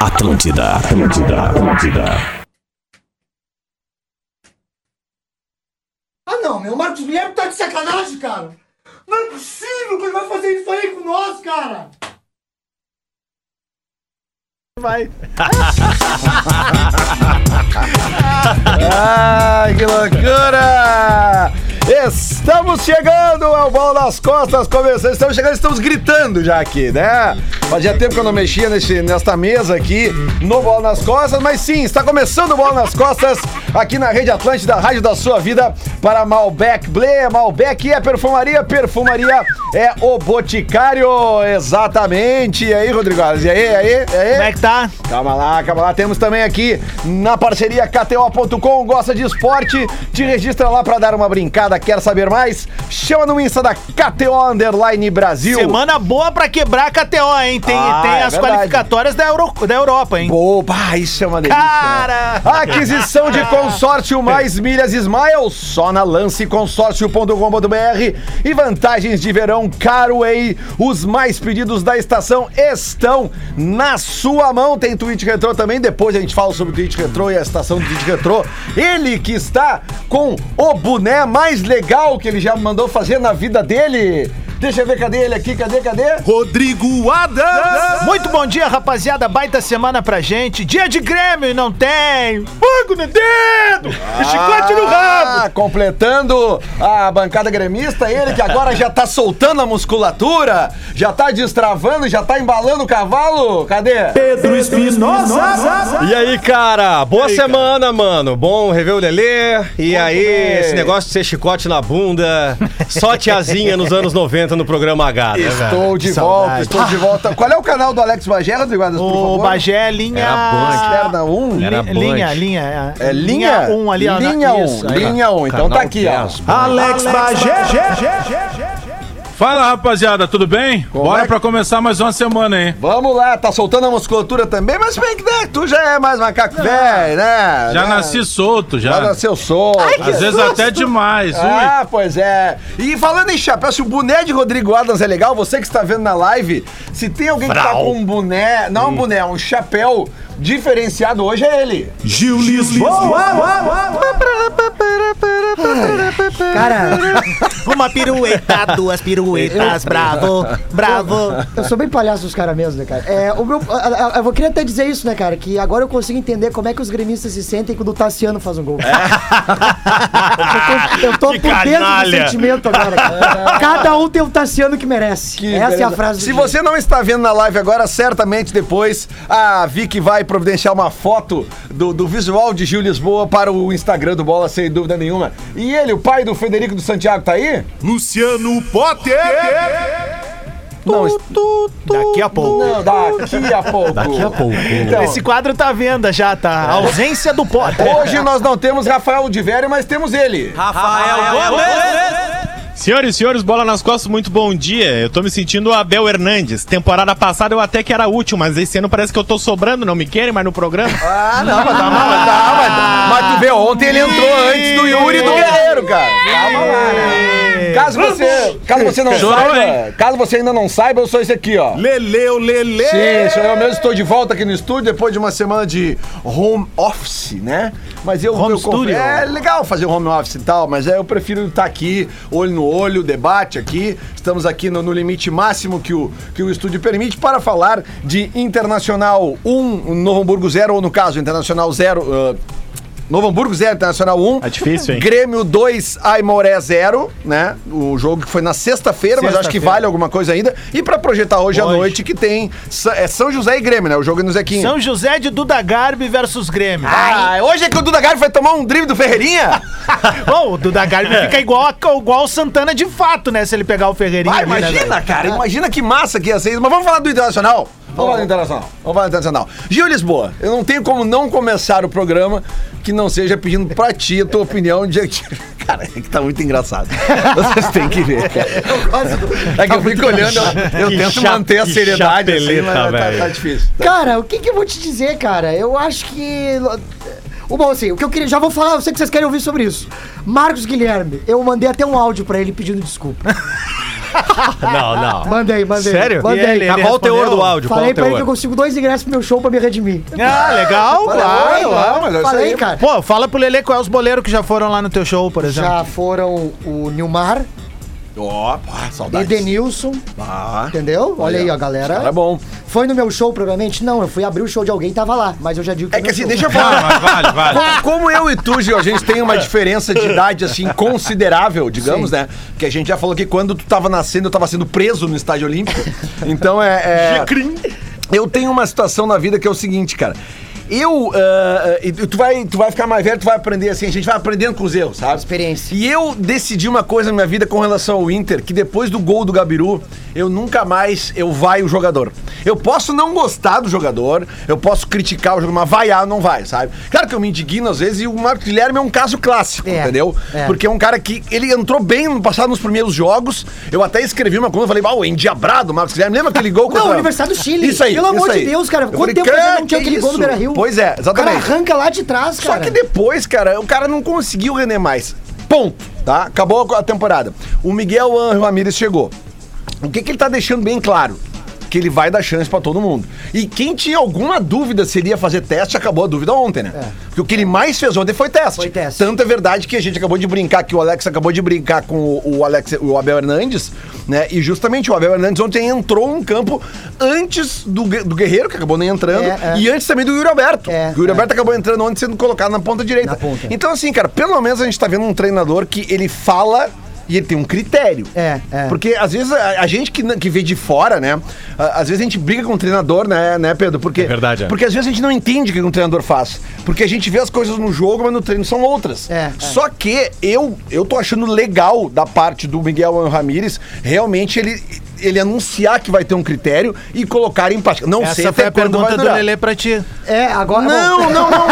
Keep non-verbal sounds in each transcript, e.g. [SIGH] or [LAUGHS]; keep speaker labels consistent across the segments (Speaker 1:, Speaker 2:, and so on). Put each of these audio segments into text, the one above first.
Speaker 1: Atlântida, Atlântida, Atlântida.
Speaker 2: Ah não, meu, o Marcos Guilherme tá de sacanagem, cara! Não é possível que ele vai fazer isso aí com nós, cara!
Speaker 3: Vai.
Speaker 4: Ai, que loucura! Estamos chegando ao Bola das Costas, começando. Estamos chegando, estamos gritando já aqui, né? Fazia tempo que eu não mexia nesse, nesta mesa aqui no Bola nas Costas, mas sim, está começando o Bola nas Costas aqui na Rede Atlântida, Rádio da Sua Vida, para Malbec Ble. Malbec é perfumaria, perfumaria é o Boticário. Exatamente. E aí, Rodrigo? Alves? E aí, e aí, e aí?
Speaker 3: Como é que tá?
Speaker 4: Calma lá, calma lá. Temos também aqui na parceria KTO.com. Gosta de esporte? Te registra lá pra dar uma brincada. Quer saber mais? Chama no Insta da KTO Underline Brasil.
Speaker 3: Semana boa pra quebrar a KTO, hein? Tem,
Speaker 4: Ah,
Speaker 3: tem
Speaker 4: é
Speaker 3: as
Speaker 4: verdade.
Speaker 3: qualificatórias da, Euro, da Europa, hein?
Speaker 4: Boa, bah, isso é uma delícia. né?
Speaker 3: Cara!
Speaker 4: Aquisição de consórcio mais milhas Smile só na lanceconsórcio.com.br e vantagens de verão Carway. Os mais pedidos da estação estão na sua mão. Tem tweet retrô também. Depois a gente fala sobre o tweet retrô e a estação do tweet retrô. Ele que está com o boné mais legal que ele já mandou fazer na vida dele. Deixa eu ver, cadê ele aqui? Cadê, cadê?
Speaker 5: Rodrigo Adams.
Speaker 3: Muito bom dia, rapaziada. Baita semana pra gente. Dia de Grêmio e não tem. Fogo no dedo! e Chicote no rabo!
Speaker 4: Ah, completando a bancada gremista, ele que agora já tá soltando a musculatura, já tá destravando, já tá embalando o cavalo. Cadê?
Speaker 5: Pedro Espinosa.
Speaker 6: E aí, cara? Boa semana, mano. Bom rever o Lelê. E aí,
Speaker 4: também.
Speaker 6: esse negócio de ser chicote na bunda. Só tiazinha nos anos 90 no programa H, né, velho?
Speaker 4: Estou de volta, estou de volta. Qual é o canal do Alex Bagé, Rodrigo Adas, por
Speaker 3: O
Speaker 4: favor?
Speaker 3: Bagé, linha...
Speaker 6: Era Band.
Speaker 4: Externa 1.
Speaker 6: Era
Speaker 3: Li- linha,
Speaker 6: Band.
Speaker 3: linha.
Speaker 4: É linha?
Speaker 3: 1 ali, ó. na-
Speaker 4: Linha 1,
Speaker 3: isso, aí.
Speaker 4: linha 1. Então tá aqui, ó.
Speaker 5: Alex Bagé.
Speaker 7: Fala rapaziada, tudo bem? Bora pra começar mais uma semana aí.
Speaker 4: Vamos lá, tá soltando a musculatura também, mas bem que né, tu já é mais macaco velho, né?
Speaker 7: Já
Speaker 4: né?
Speaker 7: nasci solto,
Speaker 4: Já
Speaker 7: já.
Speaker 4: nasceu solto.
Speaker 7: Às vezes até demais. Ui.
Speaker 4: Ah, pois é. E falando em chapéu, se o boné de Rodrigo Adams é legal, você que está vendo na live, se tem alguém que tá com um boné, não um boné, um chapéu diferenciado hoje é ele.
Speaker 5: Gil Lisboa.
Speaker 2: Cara,
Speaker 3: Uma
Speaker 4: [LAUGHS]
Speaker 3: pirueta, duas piruetas, bravo, bravo.
Speaker 2: eu sou bem palhaço dos caras mesmo, né, cara? É, o meu, eu, eu, eu queria até dizer isso, né, cara? Que agora eu consigo entender como é que os gremistas se sentem quando o Tassiano faz um gol. Eu tô, eu tô
Speaker 6: Que
Speaker 2: por dentro do
Speaker 6: canalha.
Speaker 2: sentimento agora. cara. Cada um tem o Tassiano que merece. Essa é a frase do
Speaker 4: Se
Speaker 2: dia.
Speaker 4: você não está vendo na live agora, certamente depois a Vicky vai providenciar uma foto do, do visual de Gil Lisboa para o Instagram do Bola, sem dúvida nenhuma. E ele, o pai do Federico do Santiago, tá aí?
Speaker 5: Luciano Potter.
Speaker 4: Não, est-
Speaker 3: Daqui a pouco.
Speaker 4: não, daqui a pouco. Daqui a pouco. Então,
Speaker 3: Esse quadro tá à venda já, tá?
Speaker 4: É.
Speaker 3: A ausência do Potter.
Speaker 4: Hoje nós não temos Rafael de Vério, mas temos ele.
Speaker 6: Rafael Gomes!
Speaker 8: Senhoras e senhores, bola nas costas, muito bom dia. Eu tô me sentindo o Abel Hernandes. Temporada passada eu até que era útil, mas esse ano parece que eu tô sobrando, não me querem mais no programa.
Speaker 4: Ah, não, mas, tá, mas, tá, mas, mas tu vê, ontem ele entrou antes do Yuri e do Guerreiro, cara. Calma lá, né? Caso você, caso você não
Speaker 7: Chorou,
Speaker 4: saiba,
Speaker 7: hein?
Speaker 4: caso você ainda não saiba, eu sou esse aqui, ó.
Speaker 5: Leleu, Lele.
Speaker 4: Sim, sou eu mesmo, estou de volta aqui no estúdio depois de uma semana de home office, né? Mas eu...
Speaker 3: Home
Speaker 4: eu conf-
Speaker 3: studio.
Speaker 4: É legal fazer home office e tal, mas é, eu prefiro estar aqui, olho no olho, debate aqui. Estamos aqui no, no limite máximo que o, que o estúdio permite para falar de Internacional 1, Novo Hamburgo 0, ou no caso, Internacional 0... ah, Novo Hamburgo 0, Internacional 1.
Speaker 8: Tá difícil, hein?
Speaker 4: Grêmio 2, Aimoré 0, né? O jogo que foi na sexta-feira, mas acho que vale alguma coisa ainda. E pra projetar hoje à noite que tem Sa- é São José e Grêmio, né? O jogo é no Zequinha.
Speaker 3: São José de Duda Garbi versus Grêmio.
Speaker 4: Ah, hoje é que o Duda Garbi vai tomar um drible do Ferreirinha?
Speaker 3: Ô, o Duda Garbi
Speaker 4: É.
Speaker 3: fica igual, a- igual o Santana de fato, né? Se ele pegar o Ferreirinho.
Speaker 4: Vai,
Speaker 3: ali, né, velho?
Speaker 4: Ah, imagina, cara. Imagina que massa que ia ser isso. Mas vamos falar do Internacional? Vamos falar do Internacional. Vamos falar do Internacional. Gil Lisboa, eu não tenho como não começar o programa que não seja pedindo pra ti a tua opinião de... Cara, é que [LAUGHS] tá muito engraçado. Vocês têm que ver, cara. É que eu fico olhando, eu, eu
Speaker 6: Que
Speaker 4: tento
Speaker 6: cha-
Speaker 4: manter a
Speaker 6: que
Speaker 4: seriedade assim,
Speaker 6: chapeleta,
Speaker 4: mas tá,
Speaker 6: velho.
Speaker 4: tá difícil.
Speaker 2: Cara, o que, que eu vou te dizer, cara? Eu acho que. O bom, assim, o que eu queria. Já vou falar, eu sei que vocês querem ouvir sobre isso. Marcos Guilherme, eu mandei até um áudio pra ele pedindo desculpa.
Speaker 6: Não, não.
Speaker 2: Mandei, mandei.
Speaker 6: Sério?
Speaker 2: Mandei. é
Speaker 6: E ele, ele qual o teor
Speaker 2: respondeu?
Speaker 6: do áudio? Qual
Speaker 2: Falei
Speaker 6: o
Speaker 2: pra ele que eu
Speaker 6: teor?
Speaker 2: consigo dois ingressos pro meu show pra me redimir.
Speaker 3: Ah, legal,
Speaker 4: Claro,
Speaker 3: claro.
Speaker 4: claro, mas é isso
Speaker 2: Falei,
Speaker 4: aí.
Speaker 2: cara.
Speaker 3: Pô, fala pro Lelê qual é os boleiros que já foram lá no teu show, por exemplo.
Speaker 2: Já foram o Nilmar,
Speaker 4: Ó, pá, saudades.
Speaker 2: Edenilson,
Speaker 4: Ah,
Speaker 2: entendeu? Olha aí, ó,
Speaker 4: cara, é
Speaker 2: galera.
Speaker 4: bom.
Speaker 2: Foi no meu show, provavelmente? Não, eu fui abrir o show de alguém e tava lá, mas eu já digo que
Speaker 4: É que
Speaker 2: meu
Speaker 4: assim,
Speaker 2: show.
Speaker 4: deixa eu
Speaker 7: Não,
Speaker 4: falar.
Speaker 7: mas vale, vale.
Speaker 4: Co- Como eu e tu, Gil, a gente tem uma diferença de idade, assim, considerável, digamos, né? Porque a gente já falou que quando tu tava nascendo, eu tava sendo preso no estádio olímpico. Então é. é... Eu tenho uma situação na vida que é o seguinte, cara. Eu. ah, ah, e tu, vai, tu vai ficar mais velho, tu vai aprender assim, a gente vai aprendendo com os erros, sabe?
Speaker 2: Experiência.
Speaker 4: E eu decidi uma coisa na minha vida com relação ao Inter, que depois do gol do Gabiru, eu nunca mais eu vai o jogador. Eu posso não gostar do jogador, eu posso criticar o jogador, mas vaiar não vai, sabe? Claro que eu me indigno às vezes e o Marco Guilherme é um caso clássico,
Speaker 2: É,
Speaker 4: entendeu?
Speaker 2: é.
Speaker 4: Porque é um cara que ele entrou bem no passado nos primeiros jogos. Eu até escrevi uma coluna, falei, uau, endiabrado, Marcos Guilherme, lembra aquele gol
Speaker 2: Não, aniversário do Chile.
Speaker 4: Isso aí.
Speaker 2: Pelo
Speaker 4: isso
Speaker 2: amor de
Speaker 4: aí.
Speaker 2: Deus, cara.
Speaker 4: Eu
Speaker 2: Quanto
Speaker 4: falei,
Speaker 2: tempo
Speaker 4: "Cara,
Speaker 2: fazia não tinha
Speaker 4: que
Speaker 2: aquele gol no
Speaker 4: isso?"
Speaker 2: Beira Rio?
Speaker 4: Pois é,
Speaker 2: O
Speaker 4: exatamente.
Speaker 2: cara arranca lá de trás, cara.
Speaker 4: Só que depois, cara, o cara não conseguiu render mais. Ponto, tá? Acabou a temporada. O Miguel Anjo Ramírez chegou. O que, que ele tá deixando bem claro? Que ele vai dar chance pra todo mundo. E quem tinha alguma dúvida se ele ia fazer teste, acabou a dúvida ontem, né? Porque o que ele mais fez ontem foi teste.
Speaker 2: É. Foi teste.
Speaker 4: Tanto é verdade que a gente acabou de brincar, que o Alex acabou de brincar com o, o Alex, o Abel Hernandes, né? E justamente o Abel Hernandes ontem entrou em campo antes do, Gue- do Guerreiro, que acabou nem entrando,
Speaker 2: É, é.
Speaker 4: e antes também do Yuri Alberto.
Speaker 2: É,
Speaker 4: que o Yuri
Speaker 2: é.
Speaker 4: Alberto acabou entrando ontem sendo colocado na ponta direita.
Speaker 2: Na ponta.
Speaker 4: Então, assim, cara, pelo menos a gente tá vendo um treinador que ele fala e ele tem um critério.
Speaker 2: É, é.
Speaker 4: Porque às vezes a, a gente que, n- que vê de fora, né? a- Às vezes a gente briga com o treinador, né, né Pedro? Porque,
Speaker 8: É verdade, é.
Speaker 4: Porque às vezes a gente não entende o que um treinador faz. Porque a gente vê as coisas no jogo, mas no treino são outras.
Speaker 2: É, é.
Speaker 4: Só que eu, eu tô achando legal da parte do Miguel Ramírez realmente ele, ele anunciar que vai ter um critério e colocar em prática. Não sei
Speaker 3: Essa
Speaker 4: até
Speaker 3: foi a
Speaker 4: quando vai
Speaker 3: pergunta do
Speaker 4: durar.
Speaker 3: Lelê pra ti.
Speaker 2: É, agora.
Speaker 4: Não, não, não.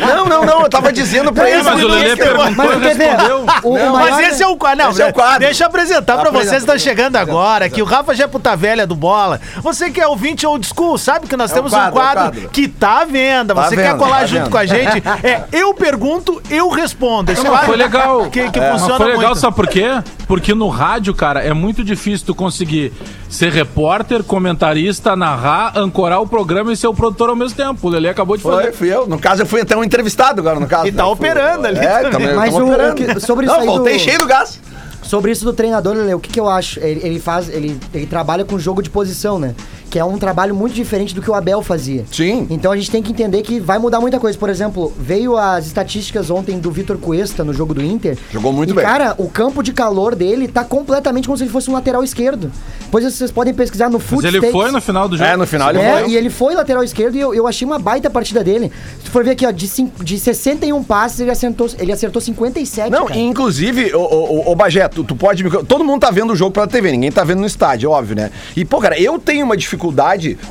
Speaker 4: Não, não, não. Eu tava dizendo pra
Speaker 2: Não,
Speaker 4: ele.
Speaker 7: mas o Lelê perguntou
Speaker 2: Mas
Speaker 7: e
Speaker 2: quer ver?
Speaker 7: respondeu.
Speaker 2: O, o maior...
Speaker 3: Mas esse é o quadro. Não,
Speaker 4: Esse é o quadro. Tá
Speaker 3: Deixa eu apresentar pra
Speaker 4: Apresenta,
Speaker 3: vocês que estão
Speaker 4: apresenta,
Speaker 3: chegando agora, que o Rafa já é puta velha do bola. Você que é ouvinte old school, sabe que nós
Speaker 4: É o
Speaker 3: temos um
Speaker 4: quadro, é o
Speaker 3: quadro,
Speaker 4: quadro.
Speaker 3: que tá à venda.
Speaker 4: Tá
Speaker 3: Você
Speaker 4: à
Speaker 3: quer
Speaker 4: venda,
Speaker 3: colar
Speaker 4: tá à
Speaker 3: junto
Speaker 4: venda.
Speaker 3: com a gente? É, eu pergunto, eu respondo. Esse
Speaker 7: Não, mas
Speaker 3: quadro
Speaker 7: foi legal.
Speaker 3: Que, que
Speaker 7: É. Mas
Speaker 3: funciona
Speaker 7: foi legal,
Speaker 3: muito.
Speaker 7: sabe por quê? Porque no rádio, cara, é muito difícil tu conseguir ser repórter, comentarista, narrar, ancorar o programa e ser o produtor ao mesmo tempo. O Lelê acabou de
Speaker 4: Foi,
Speaker 7: fazer.
Speaker 4: fui eu. No caso, eu fui até um entrevistado agora, no caso.
Speaker 3: E tá
Speaker 4: Eu fui-
Speaker 3: operando ali
Speaker 4: É,
Speaker 3: também.
Speaker 4: também.
Speaker 2: Mas
Speaker 4: tamo
Speaker 2: o- o
Speaker 4: operando.
Speaker 2: que- sobre isso
Speaker 4: Não,
Speaker 2: aí
Speaker 4: voltei
Speaker 2: do-
Speaker 4: cheio do gás.
Speaker 2: Sobre isso do treinador, Lele, o que, que eu acho? Ele, ele faz, ele, ele trabalha com jogo de posição, né? Que é um trabalho muito diferente do que o Abel fazia.
Speaker 4: Sim.
Speaker 2: Então a gente tem que entender que vai mudar muita coisa. Por exemplo, veio as estatísticas ontem do Vitor Cuesta no jogo do Inter.
Speaker 4: Jogou muito
Speaker 2: E,
Speaker 4: bem.
Speaker 2: Cara, o campo de calor dele tá completamente como se ele fosse um lateral esquerdo. Pois vocês podem pesquisar no
Speaker 7: Mas
Speaker 2: Foot
Speaker 7: ele foi no final do jogo.
Speaker 4: É, no final ele
Speaker 2: é,
Speaker 4: foi.
Speaker 2: e ele foi lateral esquerdo e eu, eu achei uma baita partida dele. Se tu for ver aqui, ó, de, cin- de 61 passes, ele acertou, ele acertou 57.
Speaker 4: Não,
Speaker 2: é cara.
Speaker 4: e inclusive, ô, ô, ô, ô Bagé, tu, tu pode me. Todo mundo tá vendo o jogo pela TV, ninguém tá vendo no estádio, óbvio, né? E, pô, cara, eu tenho uma dificuldade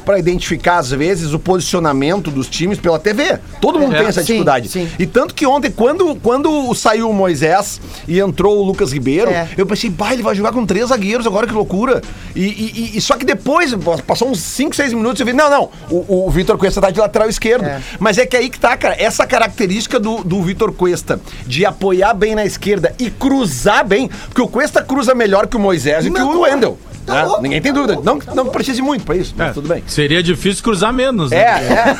Speaker 4: pra identificar, às vezes, o posicionamento dos times pela TV. Todo mundo
Speaker 7: É.
Speaker 4: tem essa
Speaker 2: Sim,
Speaker 4: dificuldade.
Speaker 2: sim.
Speaker 4: E tanto que ontem, quando, quando saiu o Moisés e entrou o Lucas Ribeiro,
Speaker 2: É.
Speaker 4: eu pensei, bah, ele vai jogar com três zagueiros agora, que loucura. E, e- e- e só que depois, passou uns 5, 6 minutos, eu vi, não, não, o, o Vitor Cuesta tá de lateral esquerdo.
Speaker 2: É.
Speaker 4: Mas é que aí que tá, cara, essa característica do, do Vitor Cuesta, de apoiar bem na esquerda e cruzar bem, porque o Cuesta cruza melhor que o Moisés e que
Speaker 2: Não,
Speaker 4: o Wendel.
Speaker 2: tá
Speaker 4: né?
Speaker 2: louco,
Speaker 4: Ninguém tem dúvida. não não que precise muito pra isso, mas
Speaker 7: É,
Speaker 4: tudo bem.
Speaker 7: Seria difícil cruzar menos,
Speaker 4: É,
Speaker 7: né?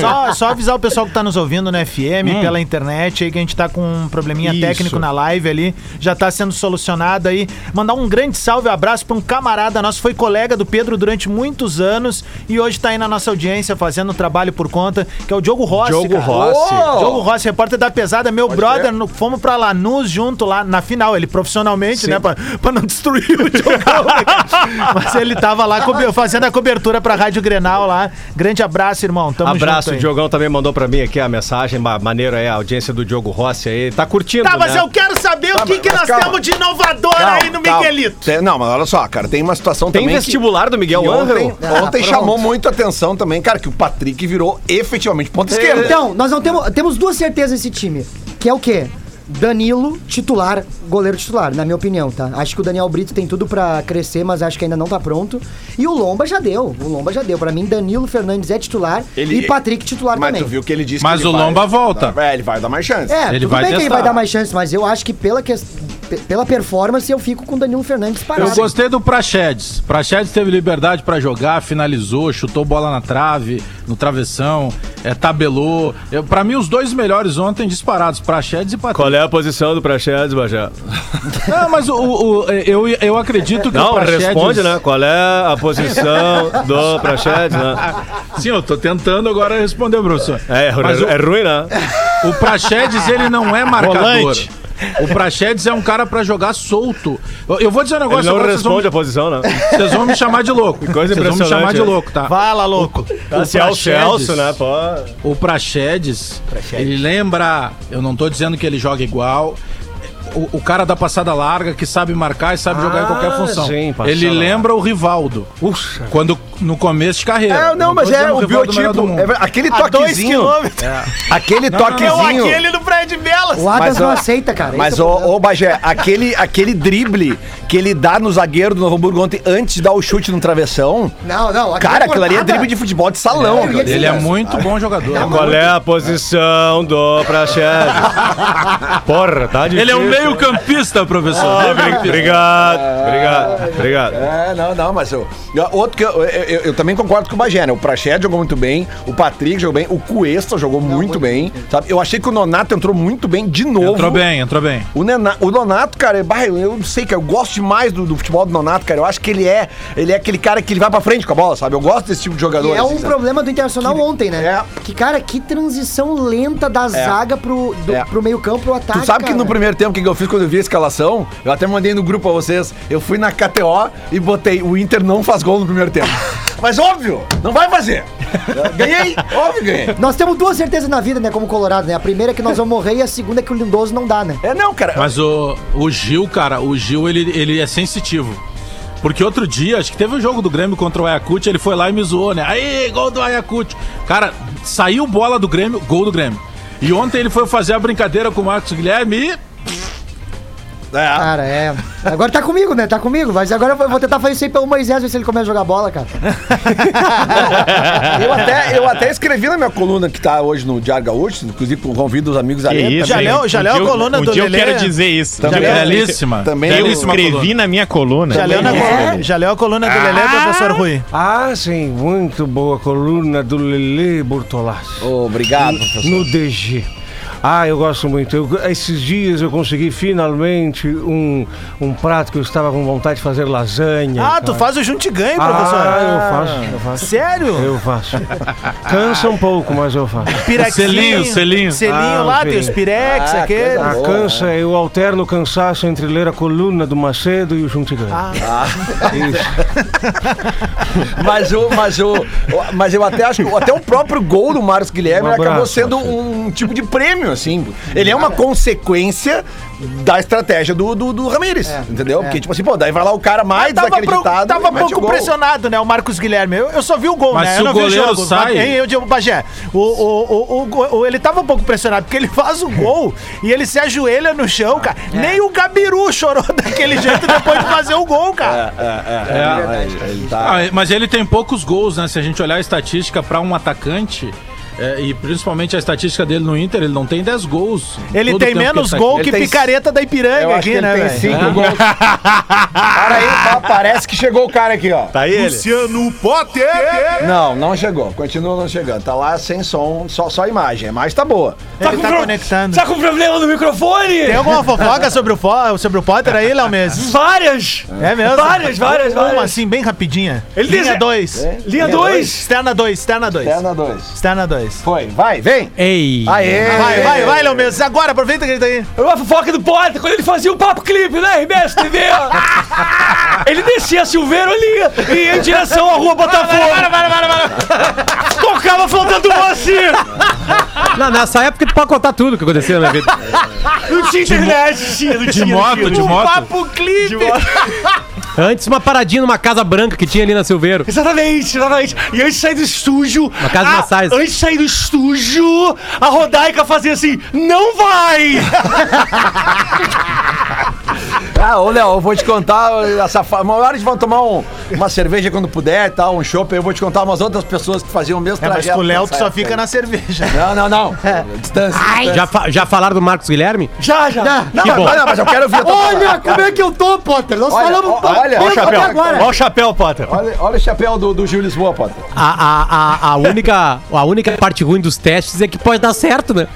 Speaker 3: [LAUGHS]
Speaker 6: [LAUGHS]
Speaker 3: Só, só avisar o pessoal que tá nos ouvindo no FM,
Speaker 6: Hum.
Speaker 3: pela internet, aí que a gente tá com um probleminha
Speaker 7: Isso.
Speaker 3: técnico na live ali, já tá sendo solucionado aí. Mandar um grande salve, um abraço pra um camarada nosso, foi colega do Pedro durante muitos anos e hoje tá aí na nossa audiência fazendo trabalho por conta, que é o Diogo Rossi.
Speaker 6: Diogo
Speaker 3: cara.
Speaker 6: Rossi.
Speaker 3: Ô! Diogo Rossi, repórter da pesada, meu brother, no- fomos pra Lanús junto lá na final, ele profissionalmente, né, pra, pra não destruir o Diogo. né, cara? Mas ele tava lá cobe- fazendo a cobertura pra Rádio Grenal lá. Grande abraço, irmão. Tamo
Speaker 6: Abraço,
Speaker 3: junto
Speaker 6: o
Speaker 3: aí.
Speaker 6: Diogão também mandou pra mim aqui a mensagem. ma- Maneiro é a audiência do Diogo Rossi aí. Tá curtindo,
Speaker 3: Tá, mas
Speaker 6: né?
Speaker 3: eu quero saber o que,
Speaker 4: mas-
Speaker 3: que
Speaker 4: mas
Speaker 3: nós
Speaker 4: calma.
Speaker 3: temos de inovador aí no
Speaker 4: calma.
Speaker 3: Miguelito.
Speaker 4: Tem- não, mas olha só, cara, tem uma situação
Speaker 6: Tem
Speaker 4: também. que- É.
Speaker 6: vestibular do Miguel
Speaker 4: E ontem,
Speaker 6: Angel?
Speaker 2: Ah,
Speaker 4: ontem
Speaker 2: pronto.
Speaker 4: chamou muito a atenção também, cara, que o Patrick virou efetivamente ponta esquerda.
Speaker 7: É.
Speaker 2: Então, nós não temos. Temos duas certezas nesse time. Que é o quê? Danilo, titular, goleiro titular, na minha opinião, tá? Acho que o Daniel Brito tem tudo pra crescer, mas acho que ainda não tá pronto. E o Lomba já deu. O Lomba já deu. Pra mim, Danilo Fernandes é titular
Speaker 4: Ele-
Speaker 2: e Patrick titular
Speaker 4: mas
Speaker 2: também.
Speaker 4: tu viu que ele disse
Speaker 7: Mas
Speaker 4: que ele
Speaker 7: o Lomba volta.
Speaker 4: É, ele vai dar mais chance.
Speaker 2: É,
Speaker 7: Ele
Speaker 2: tudo
Speaker 7: vai
Speaker 2: bem que ele
Speaker 7: testar.
Speaker 2: vai dar mais chances, mas eu acho que pela questão. pe- pela performance, eu fico com o Danilo Fernandes parado.
Speaker 7: Eu gostei do Praxedes. Praxedes teve liberdade pra jogar, finalizou, chutou bola na trave, no travessão, é, tabelou. Eu, pra mim, os dois melhores ontem disparados, Praxedes e Patrick.
Speaker 9: Qual é a posição do Praxedes, Bajá?
Speaker 7: Não, mas o, o- o- eu, eu acredito que o
Speaker 9: Não,
Speaker 7: Praxedes...
Speaker 9: responde, né? Qual é a posição do Praxedes, né?
Speaker 7: Sim, eu tô tentando agora responder, professor.
Speaker 9: É, é,
Speaker 7: Mas o-
Speaker 9: é ruim, né?
Speaker 7: O Praxedes, ele não é marcador.
Speaker 8: Volante.
Speaker 7: O Praxedes é um cara pra jogar solto. Eu- Eu vou dizer um
Speaker 9: Ele
Speaker 7: negócio
Speaker 9: não
Speaker 7: agora, vocês vão-
Speaker 9: responde a posição, né?
Speaker 7: Vocês vão me chamar de
Speaker 9: [LAUGHS]
Speaker 7: louco.
Speaker 9: coisa
Speaker 7: Vocês vão me
Speaker 9: impressionante,
Speaker 7: chamar de
Speaker 9: né?
Speaker 7: louco, tá?
Speaker 3: Fala, louco.
Speaker 7: O
Speaker 9: Se é o Celso,
Speaker 7: Praxedes-
Speaker 9: né? Pô.
Speaker 7: O Praxedes, ele lembra. Eu não tô dizendo que ele joga igual. O, o cara da passada larga que sabe marcar e sabe jogar em
Speaker 4: Ah,
Speaker 7: qualquer função.
Speaker 9: sim, passada
Speaker 7: ele
Speaker 9: larga.
Speaker 7: lembra o Rivaldo. Puxa. Quando no começo de carreira.
Speaker 4: É, não, mas
Speaker 7: tô
Speaker 4: é
Speaker 7: dizendo
Speaker 4: o
Speaker 7: Rivaldo melhor do
Speaker 4: biotipo.
Speaker 7: mundo.
Speaker 4: É, aquele
Speaker 9: Tá
Speaker 3: A dois
Speaker 4: toquezinho.
Speaker 3: quilômetros.
Speaker 4: Aquele toquezinho.
Speaker 3: do Fred Belas.
Speaker 2: O Adas
Speaker 4: Mas,
Speaker 2: não
Speaker 4: ó,
Speaker 2: aceita, cara.
Speaker 4: Mas,
Speaker 2: Esse é o
Speaker 4: ô,
Speaker 2: problema.
Speaker 4: ô Bagé, aquele, aquele drible que ele dá no zagueiro do Novo Hamburgo ontem, antes de dar o chute no travessão.
Speaker 2: Não, não.
Speaker 4: Cara, aquilo ali é
Speaker 2: cortada-
Speaker 4: drible de futebol de salão.
Speaker 2: eu ia
Speaker 4: cara.
Speaker 2: dizer
Speaker 7: Ele é
Speaker 2: isso.
Speaker 7: muito bom jogador.
Speaker 9: Qual é a posição do Praxedes? Porra, tá difícil.
Speaker 7: Ele é um meio-campista, professor.
Speaker 9: Ah, obri- Obrigado, obrigado, obrigado.
Speaker 4: É, não, não, mas eu, eu- outro que eu, eu, eu- eu também concordo com o Bagé, né? O Prached jogou muito bem, o Patrick jogou bem, o Cuesta jogou muito bem, sabe? Eu achei que o Nonato entrou muito bem de novo.
Speaker 7: Entrou bem, entrou bem.
Speaker 4: O, Nena- o Nonato, cara, é- bah, eu eu não sei, cara, eu gosto demais do, do futebol do Nonato, cara. Eu acho que ele é, ele é aquele cara que ele vai pra frente com a bola, sabe? Eu gosto desse tipo de
Speaker 2: Que
Speaker 4: jogador.
Speaker 2: é
Speaker 4: assim,
Speaker 2: um
Speaker 4: sabe?
Speaker 2: problema do Internacional ontem, né?
Speaker 4: É.
Speaker 2: Que, cara, que transição lenta da zaga pro, do-
Speaker 4: É.
Speaker 2: pro meio-campo, pro ataque.
Speaker 4: Tu sabe que
Speaker 2: cara.
Speaker 4: no primeiro tempo o que que eu fiz quando eu vi a escalação, eu até mandei no grupo pra vocês. Eu fui na KTO e botei o Inter não faz gol no primeiro tempo. [LAUGHS] Mas óbvio, não vai [LAUGHS] fazer. Ganhei, óbvio ganhei.
Speaker 2: Nós temos duas certezas na vida, né? Como Colorado, né? A primeira é que nós vamos morrer e a segunda é que o Lindoso não dá, né?
Speaker 4: É não, cara.
Speaker 7: Mas o, o Gil, cara, o Gil, ele, ele é sensitivo. Porque outro dia, acho que teve o jogo do Grêmio contra o Ayacucho, ele foi lá e me zoou, né? Aí, gol do Ayacucho. Cara, saiu bola do Grêmio, gol do Grêmio. E ontem ele foi fazer a brincadeira com o Marcos Guilherme e...
Speaker 2: Cara, é. Agora tá comigo, né? Tá comigo. Mas agora eu vou- vou tentar fazer isso aí pelo Moisés, ver se ele começa a jogar bola, cara.
Speaker 4: [LAUGHS] Eu até, eu até escrevi na minha coluna que tá hoje no Diário Gaúcho, inclusive convido os amigos a
Speaker 8: Que
Speaker 4: ler
Speaker 8: isso,
Speaker 4: também.
Speaker 3: já leu-
Speaker 8: hein? Um
Speaker 3: já leu a
Speaker 8: dia eu-
Speaker 3: coluna
Speaker 8: um
Speaker 3: do
Speaker 8: dia eu
Speaker 3: Lelê?
Speaker 8: quero dizer isso.
Speaker 7: é
Speaker 4: Também
Speaker 8: Eu-
Speaker 7: Belíssima.
Speaker 4: Também
Speaker 8: Eu
Speaker 7: Belíssima
Speaker 8: escrevi na minha coluna.
Speaker 3: Já leu, na
Speaker 2: É?
Speaker 3: coluna, já leu a coluna do Lelê, professor Rui?
Speaker 10: Ah, sim, muito boa coluna do Lele Bortolassi
Speaker 4: Obrigado, professor.
Speaker 10: no DG. Ah, eu gosto muito. Eu- esses dias eu consegui finalmente um, um prato que eu estava com vontade de fazer lasanha.
Speaker 3: Ah, tu
Speaker 10: cara.
Speaker 3: faz o junte e ganho, professor.
Speaker 10: Ah, eu faço, eu faço.
Speaker 3: Sério?
Speaker 10: Eu faço. Cansa um pouco, mas eu faço.
Speaker 3: Pirex.
Speaker 7: Selinho, selinho.
Speaker 3: Selinho
Speaker 10: Ah,
Speaker 3: lá, tem
Speaker 10: filho.
Speaker 3: os Pirex,
Speaker 4: Ah,
Speaker 3: aquele.
Speaker 4: coisa
Speaker 10: Ah,
Speaker 4: Boa,
Speaker 10: cansa, eu alterno o cansaço entre ler a coluna do Macedo e o Juntigão. Ah,
Speaker 4: [LAUGHS] Mas, o, mas, o, mas eu até acho que até o próprio gol do Marcos Guilherme
Speaker 10: Um
Speaker 4: acabou
Speaker 10: abraço,
Speaker 4: sendo um tipo de prêmio, assim. Ele é uma consequência da estratégia do, do, do Ramires, entendeu? Porque, tipo assim, pô, daí vai lá o cara mais
Speaker 3: Mas É. tava, pro-
Speaker 4: desacreditado.
Speaker 3: tava
Speaker 4: e mete o
Speaker 3: pouco
Speaker 4: gol.
Speaker 3: pressionado, né? O Marcos Guilherme. Eu, eu só vi o gol,
Speaker 7: Mas
Speaker 3: né?
Speaker 7: se
Speaker 3: eu
Speaker 7: o goleiro sai-
Speaker 3: Hein, eu digo, Bagé, o, o, o, o go- o- ele tava um pouco pressionado, porque ele faz o gol e ele se ajoelha no chão, cara.
Speaker 4: É.
Speaker 3: Nem o Gabiru chorou [LAUGHS] daquele jeito depois de fazer o gol, cara.
Speaker 4: É, tá-
Speaker 3: tá
Speaker 7: Ah, mas ele tem poucos gols, né? Se a gente olhar a estatística pra um atacante... é, e principalmente a estatística dele no Inter, ele não tem 10 gols.
Speaker 3: Ele
Speaker 7: Todo
Speaker 3: tem
Speaker 7: o tempo
Speaker 3: menos
Speaker 7: que ele tá
Speaker 3: gol
Speaker 7: aqui.
Speaker 3: que
Speaker 4: É. Ele tem-
Speaker 3: picareta da
Speaker 4: Eu
Speaker 3: Ipiranga
Speaker 4: acho que
Speaker 3: aqui,
Speaker 4: ele
Speaker 3: né,
Speaker 4: tem
Speaker 3: velho? [LAUGHS]
Speaker 4: cinco gols. Para aí, pa- parece que chegou o cara aqui, ó.
Speaker 9: Tá aí ele?
Speaker 5: Luciano Potter.
Speaker 4: Não, não chegou. Continua não chegando. Tá lá sem som, só, só imagem. Mas tá boa.
Speaker 3: Ele tá conectando.
Speaker 10: com problema no microfone?
Speaker 3: Tem alguma fofoca sobre o, fo- sobre o Potter aí, Léo Mendes?
Speaker 10: Várias!
Speaker 3: É mesmo?
Speaker 10: Várias, várias,
Speaker 3: Uma
Speaker 10: várias.
Speaker 3: assim, bem rapidinha.
Speaker 10: Ele
Speaker 3: Linha
Speaker 10: dese-
Speaker 3: 2.
Speaker 10: Linha
Speaker 4: dois.
Speaker 10: 2!
Speaker 3: Externa 2, externa 2.
Speaker 4: Perna 2.
Speaker 3: Externa 2.
Speaker 4: Foi, vai, vem.
Speaker 10: Ei!
Speaker 4: Aê!
Speaker 3: Vai, vai, vai, Léo Mendes. Agora, aproveita que ele tá aí.
Speaker 10: Uma fofoca do Potter, quando ele fazia o papo clipe na RBS TV! ele descia a Silveiro ali e ia em direção à rua Botafogo! Para, para, para, para, Tocava faltando uma assim!
Speaker 6: Não, nessa época tu pode contar tudo que aconteceu na minha vida.
Speaker 10: Não tinha internet, tinha, não tinha.
Speaker 7: De moto, de moto.
Speaker 3: Papo clipe.
Speaker 6: Antes, uma paradinha numa casa branca que tinha ali na Silveiro.
Speaker 10: Exatamente, exatamente. E antes de sair do estúdio. Uma
Speaker 6: casa de massagem.
Speaker 10: Antes de sair do estúdio, a Rodaica fazia assim: não vai!
Speaker 4: Ah, ô Léo, eu vou te contar essa fa... Uma hora eles vão tomar um- uma cerveja quando puder e tal, um chopp. Eu vou te contar umas outras pessoas que faziam o mesmo
Speaker 3: É, mas
Speaker 4: trajeto
Speaker 3: com o Léo tu
Speaker 4: nessa
Speaker 3: só
Speaker 4: época
Speaker 3: fica
Speaker 4: aí.
Speaker 3: na cerveja.
Speaker 4: Não, não, não. Distância. distância.
Speaker 6: Já, fa- já falaram do Marcos Guilherme?
Speaker 2: Já, já.
Speaker 4: Não, mas, não, mas eu quero ouvir a tua
Speaker 2: Olha
Speaker 4: palavra.
Speaker 2: como é que eu tô, Potter. Nós
Speaker 4: Olha,
Speaker 2: falamos um
Speaker 4: ó-
Speaker 2: pa-
Speaker 4: olha, ó o
Speaker 2: tanto até
Speaker 4: chapéu.
Speaker 2: agora.
Speaker 6: Olha o chapéu, Potter.
Speaker 4: Olha, olha o chapéu do, do Gil Lisboa, Potter.
Speaker 6: A, a, a, a única, a única parte ruim dos testes é que pode dar certo, né?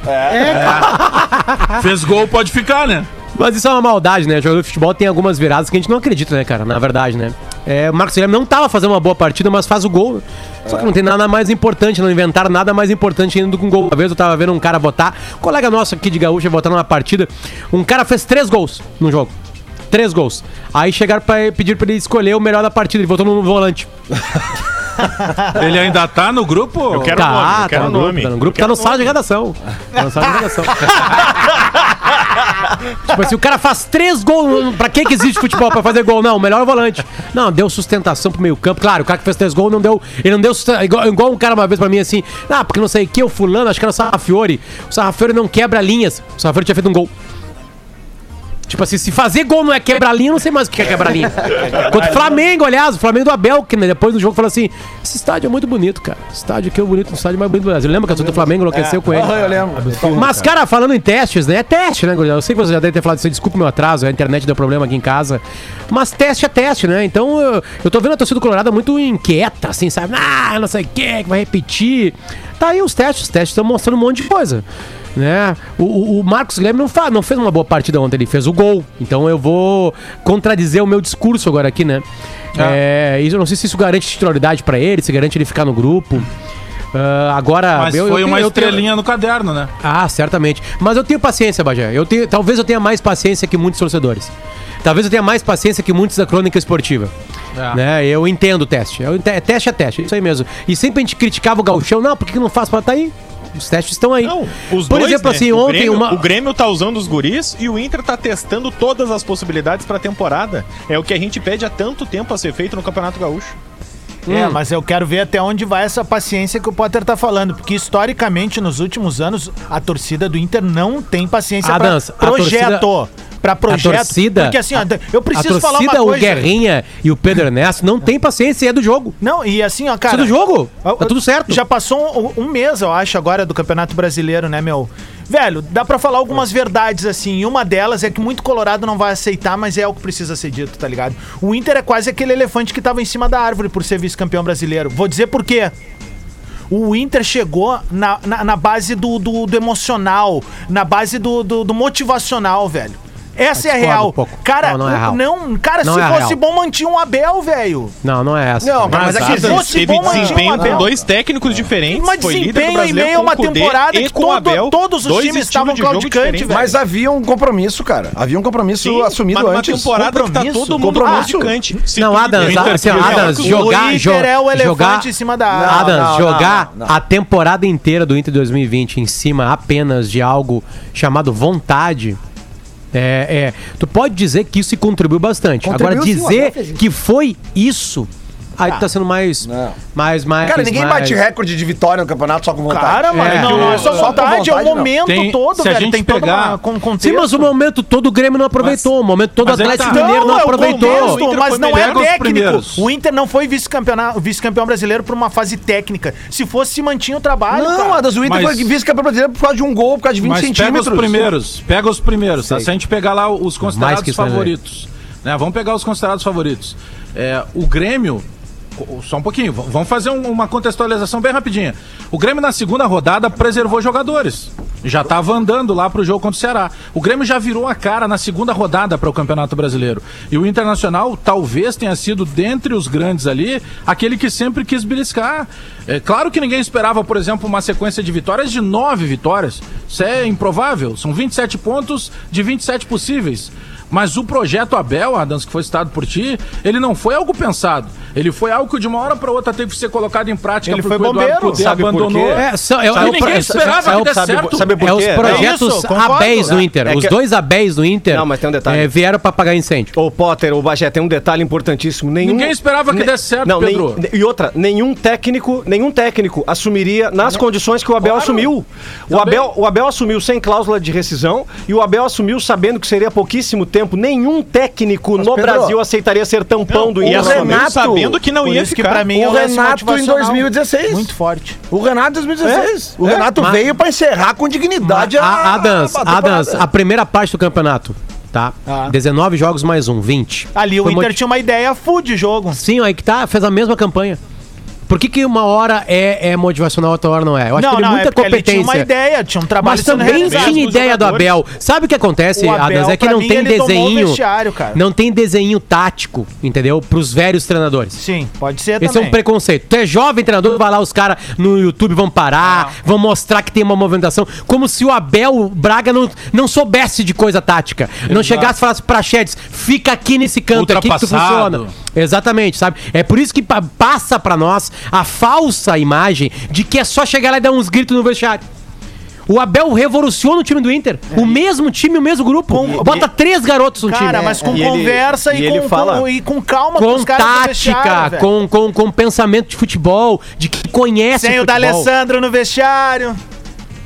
Speaker 7: Fez gol, pode ficar, né?
Speaker 6: Mas isso é uma maldade, né? Jogador de futebol tem algumas viradas que a gente não acredita, né, cara? Na verdade, né? É, o Marcos Guilherme não tava fazendo uma boa partida, mas faz o gol. Só que não tem nada mais importante, não inventaram nada mais importante ainda do que um gol. Uma vez eu tava vendo um cara botar, um colega nosso aqui de Gaúcha botar numa partida, um cara fez três gols no jogo. Três gols. Aí chegaram pra pedir pra ele escolher o melhor da partida, ele botou no volante.
Speaker 7: Ele ainda tá no grupo?
Speaker 8: Eu quero o nome, eu quero
Speaker 6: tá
Speaker 8: o
Speaker 6: no
Speaker 8: nome.
Speaker 6: Grupo, tá no grupo, tá no sala de redação. Tá no sala de
Speaker 8: [LAUGHS]
Speaker 6: redação. tipo assim, o cara faz três gols. Pra que que existe futebol? Pra fazer gol? Não, melhor é o volante. Não, deu sustentação pro meio campo. Claro, o cara que fez três gols não deu. Ele não deu sustentação. Igual, igual um cara uma vez pra mim assim. Ah, porque não sei o que, o fulano, acho que era o Sarrafiori. O Sarrafiori não quebra linhas. O Sarrafiori tinha feito um gol. Tipo assim, se fazer gol não é quebrar linha, eu não sei mais o que é quebrar linha. Contra o Flamengo, aliás, o Flamengo do Abel, que né, depois do jogo falou assim: esse estádio é muito bonito, cara. Esse estádio aqui é o bonito, o estádio mais bonito do Brasil. Lembra que a torcida do Flamengo enlouqueceu com ele?
Speaker 4: Ah, eu lembro.
Speaker 6: Mas, cara, falando em testes, né? É teste, né, gurizada? Eu sei que você já deve ter falado isso, aí, desculpa o meu atraso, a internet deu problema aqui em casa. Mas teste é teste, né? Então, eu, eu tô vendo a torcida do colorada muito inquieta, assim, sabe? Ah, não sei o que, que vai repetir. Tá aí os testes, os testes estão mostrando um monte de coisa. Né? O, o- o Marcos Guilherme não, fa- não fez uma boa partida ontem, ele fez o gol. Então eu vou contradizer o meu discurso agora aqui, né?
Speaker 7: Ah.
Speaker 6: É, isso, eu não sei se isso garante titularidade pra ele, se garante ele ficar no grupo. Ah, agora.
Speaker 7: Mas
Speaker 6: eu- eu
Speaker 7: foi
Speaker 6: tenho-
Speaker 7: uma
Speaker 6: eu tenho-
Speaker 7: estrelinha no caderno, né?
Speaker 6: ah, certamente. Mas eu tenho paciência, Bajé. Eu tenho, talvez eu tenha mais paciência que muitos torcedores. Talvez eu tenha mais paciência que muitos da crônica esportiva. Né? Eu entendo o teste. Eu ente- teste é teste, isso aí mesmo. E sempre a gente criticava o Galchão, não, por que que não faz pra tá aí? Os testes estão aí.
Speaker 8: Não, os
Speaker 6: Por
Speaker 8: dois,
Speaker 6: exemplo,
Speaker 8: né?
Speaker 6: assim,
Speaker 8: o
Speaker 6: ontem
Speaker 8: Grêmio,
Speaker 6: uma.
Speaker 8: o Grêmio tá usando os guris e o Inter tá testando todas as possibilidades pra temporada. É o que a gente pede há tanto tempo a ser feito no Campeonato Gaúcho.
Speaker 3: É,
Speaker 6: Hum.
Speaker 3: mas eu quero ver até onde vai essa paciência que o Potter tá falando, porque historicamente nos últimos anos a torcida do Inter não tem paciência
Speaker 6: Ah,
Speaker 3: pra
Speaker 6: Dança, a
Speaker 3: projeto, pra projeto.
Speaker 6: a torcida.
Speaker 3: porque assim, ó, eu
Speaker 6: a torcida,
Speaker 3: preciso
Speaker 6: é
Speaker 3: falar uma
Speaker 6: o
Speaker 3: coisa.
Speaker 6: Guerrinha e o Pedro Ernesto não tem paciência, é do jogo.
Speaker 3: Não, e assim, ó, cara.
Speaker 6: Isso é do jogo.
Speaker 3: Ah,
Speaker 6: Tá tudo certo.
Speaker 3: Já passou um, um mês, eu acho, agora do Campeonato Brasileiro, né, meu? Velho, dá pra falar algumas verdades assim. E uma delas é que muito colorado não vai aceitar, mas é o que precisa ser dito, tá ligado? O Inter é quase aquele elefante que tava em cima da árvore por ser vice-campeão brasileiro. Vou dizer por quê. O Inter chegou na, na, na base do, do, do emocional, na base do, do, do motivacional, velho. Essa é a
Speaker 6: discordo
Speaker 3: real.
Speaker 6: um pouco. Não,
Speaker 3: cara, não,
Speaker 6: não é real.
Speaker 3: cara,
Speaker 6: Não
Speaker 3: se
Speaker 6: é a
Speaker 3: fosse
Speaker 6: real.
Speaker 3: bom, mantinha um Abel, velho.
Speaker 6: Não, não é essa.
Speaker 4: Não, mas, é que
Speaker 3: Adams
Speaker 4: existe.
Speaker 8: teve
Speaker 3: bom, um mas
Speaker 8: desempenho
Speaker 3: não,
Speaker 8: com
Speaker 3: não.
Speaker 8: dois técnicos diferentes.
Speaker 3: Mas
Speaker 8: foi líder do
Speaker 3: desempenho em
Speaker 8: Brasileiro
Speaker 3: meio a
Speaker 8: com
Speaker 3: uma
Speaker 8: o Kudê
Speaker 3: temporada
Speaker 8: e
Speaker 3: que
Speaker 8: com o
Speaker 3: todo-
Speaker 8: Abel,
Speaker 3: todos os
Speaker 8: dois
Speaker 3: times
Speaker 8: estilos
Speaker 3: estavam
Speaker 8: de jogo
Speaker 3: claudicantes,
Speaker 8: diferentes.
Speaker 3: velho.
Speaker 4: Mas havia um compromisso, cara. Havia um compromisso assumido
Speaker 8: mas numa
Speaker 4: antes.
Speaker 8: temporada que tá
Speaker 3: Compromisso,
Speaker 8: todo mundo
Speaker 4: compromisso.
Speaker 7: Ah,
Speaker 8: claudicante. Se
Speaker 6: Não,
Speaker 8: tu-
Speaker 6: Adams,
Speaker 8: o Inter
Speaker 6: assim, ó,
Speaker 8: perdeu,
Speaker 6: Adams,
Speaker 8: o
Speaker 6: jogar,
Speaker 3: Inter
Speaker 6: jogar,
Speaker 3: é o elefante
Speaker 6: jogar,
Speaker 3: em cima da árvore.
Speaker 6: Adams,
Speaker 4: Não, não,
Speaker 6: jogar
Speaker 4: não, não.
Speaker 6: a temporada inteira do Inter 2020 em cima apenas de algo chamado vontade. É, é, tu pode dizer que isso contribuiu bastante.
Speaker 2: Contribuiu,
Speaker 6: Agora
Speaker 2: sim, o
Speaker 6: dizer
Speaker 2: Abel fez isso.
Speaker 6: que foi isso, aí tu tá sendo mais,
Speaker 4: Não.
Speaker 6: mais, mais,
Speaker 4: Cara, ninguém
Speaker 6: mais...
Speaker 4: bate recorde de vitória no campeonato só com vontade.
Speaker 3: Cara, mano,
Speaker 6: É.
Speaker 3: não, não é só
Speaker 4: Só com
Speaker 3: vontade, é o
Speaker 4: vontade, não.
Speaker 3: momento
Speaker 7: Tem-
Speaker 3: todo,
Speaker 7: se a
Speaker 3: velho.
Speaker 7: gente
Speaker 3: tem
Speaker 7: pegar-
Speaker 3: toda uma, com
Speaker 6: Sim,
Speaker 3: contexto.
Speaker 6: mas o momento todo o Grêmio não aproveitou, o momento todo o
Speaker 7: mas ele
Speaker 6: Atlético
Speaker 7: tá-
Speaker 6: Mineiro não
Speaker 3: é o
Speaker 6: aproveitou.
Speaker 3: contexto,
Speaker 8: Inter
Speaker 3: mas
Speaker 8: foi
Speaker 3: não
Speaker 7: melhor
Speaker 3: é
Speaker 7: que os
Speaker 3: técnico.
Speaker 7: primeiros.
Speaker 3: O Inter não foi vice-campeão vice-campeão brasileiro por uma fase técnica. Se fosse, se mantinha o trabalho,
Speaker 4: Não,
Speaker 3: cara.
Speaker 4: Adas, o Inter
Speaker 7: Mas-
Speaker 4: foi vice-campeão brasileiro por causa de um gol, por causa de 20
Speaker 7: Mas pega
Speaker 4: centímetros.
Speaker 7: os primeiros, pega os primeiros, tá? Se a gente pegar lá os
Speaker 6: Mais
Speaker 7: considerados
Speaker 6: que isso, né,
Speaker 7: favoritos, né? Vamos pegar os considerados favoritos. É, o Grêmio, co- só um pouquinho, v- vamos fazer um- uma contextualização bem rapidinha. O Grêmio na segunda rodada preservou jogadores. Já estava andando lá pro jogo contra o Ceará. O Grêmio já virou a cara na segunda rodada para o Campeonato Brasileiro. E o Internacional talvez tenha sido, dentre os grandes ali, aquele que sempre quis beliscar. É claro que ninguém esperava, por exemplo, uma sequência de vitórias de nove vitórias. Isso é improvável. São 27 pontos de 27 possíveis. Mas o projeto Abel, Adams, que foi citado por ti, ele não foi algo pensado. Ele foi algo que de uma hora para outra teve que ser colocado em prática
Speaker 3: Ele
Speaker 7: porque
Speaker 3: foi
Speaker 7: o Eduardo
Speaker 3: bombeiro.
Speaker 7: Cudê
Speaker 3: Sabe por
Speaker 7: abandonou.
Speaker 3: quê?
Speaker 6: É, são-
Speaker 7: Sabe,
Speaker 6: é, é o
Speaker 7: ninguém
Speaker 6: pro-
Speaker 7: esperava
Speaker 6: é o-
Speaker 7: que desse
Speaker 6: sabe-
Speaker 7: certo.
Speaker 9: sabe por
Speaker 6: É os
Speaker 9: quê?
Speaker 6: projetos
Speaker 3: isso, concordo.
Speaker 6: abéis do Inter.
Speaker 9: É que-
Speaker 6: Os dois abéis do Inter
Speaker 9: Não, mas tem um detalhe.
Speaker 6: eh, vieram pra apagar incêndio.
Speaker 9: Ô Potter, o Bagé tem um detalhe importantíssimo. Nenhum,
Speaker 7: Ninguém esperava que
Speaker 9: Ne-
Speaker 7: desse certo,
Speaker 9: não, nem-
Speaker 7: Pedro.
Speaker 9: e outra, nenhum técnico, nenhum técnico assumiria nas condições que o Abel assumiu. O Abel, o Abel assumiu sem cláusula de rescisão e o Abel assumiu sabendo que seria pouquíssimo tempo, nenhum técnico no
Speaker 2: Pedro,
Speaker 9: Brasil aceitaria ser tampão do
Speaker 8: E
Speaker 9: Inter.
Speaker 8: assumiu sabendo que não
Speaker 3: Por
Speaker 8: ia
Speaker 3: isso que
Speaker 8: ficar.
Speaker 3: pra mim é
Speaker 11: o
Speaker 3: lance
Speaker 11: Renato em
Speaker 3: motivacional.
Speaker 11: 2016.
Speaker 3: Muito forte.
Speaker 11: O Renato em 2016. O Renato
Speaker 6: mas-
Speaker 11: veio pra encerrar com dignidade
Speaker 3: é
Speaker 6: A, Adams,
Speaker 11: temporada.
Speaker 6: Adams, a primeira parte do campeonato, tá? 19 jogos mais um, 20.
Speaker 3: Ah. Ali o
Speaker 6: Foi
Speaker 3: Inter
Speaker 6: moti-
Speaker 3: tinha uma ideia full de jogo.
Speaker 6: Sim, aí que tá, fez a mesma campanha. Por que, que uma hora é, é motivacional, outra hora não é? Eu acho que tem muita
Speaker 3: porque ele
Speaker 6: competência.
Speaker 3: tinha uma ideia, tinha um trabalho
Speaker 6: Mas também
Speaker 3: realizado.
Speaker 6: tinha ideia do Abel. Sabe o que acontece,
Speaker 3: O Abel,
Speaker 6: Adams? É que
Speaker 3: pra
Speaker 6: não
Speaker 3: mim,
Speaker 6: tem
Speaker 3: ele tomou o
Speaker 6: desenho.
Speaker 3: vestiário, cara.
Speaker 6: Não tem desenho tático, entendeu? Pros velhos treinadores.
Speaker 3: Sim, pode ser
Speaker 6: Esse é
Speaker 3: também.
Speaker 6: um preconceito. Tu é jovem treinador, vai lá, os caras no YouTube vão parar, vão mostrar que tem uma movimentação. Como se o Abel Braga não, não soubesse de coisa tática. Não chegasse e falasse pra Chedes, fica aqui nesse canto, é aqui que tu
Speaker 7: Ultrapassado.
Speaker 6: funciona. Exatamente, sabe? É por isso que pa- passa pra nós a falsa imagem de que é só chegar lá e dar uns gritos no vestiário. O Abel revoluciona o time do Inter.
Speaker 3: É
Speaker 6: O mesmo time, o mesmo grupo. Bota três garotos no time. É.
Speaker 3: Cara, mas com
Speaker 9: E ele-
Speaker 3: conversa
Speaker 9: e
Speaker 3: e,
Speaker 9: ele
Speaker 3: com,
Speaker 9: fala-
Speaker 3: com- e com calma
Speaker 6: com
Speaker 3: os caras do vestiário,
Speaker 6: tática,
Speaker 3: velho.
Speaker 6: com, com, com pensamento de futebol, de que conhece
Speaker 3: Sem o
Speaker 6: futebol.
Speaker 3: D'Alessandro no vestiário.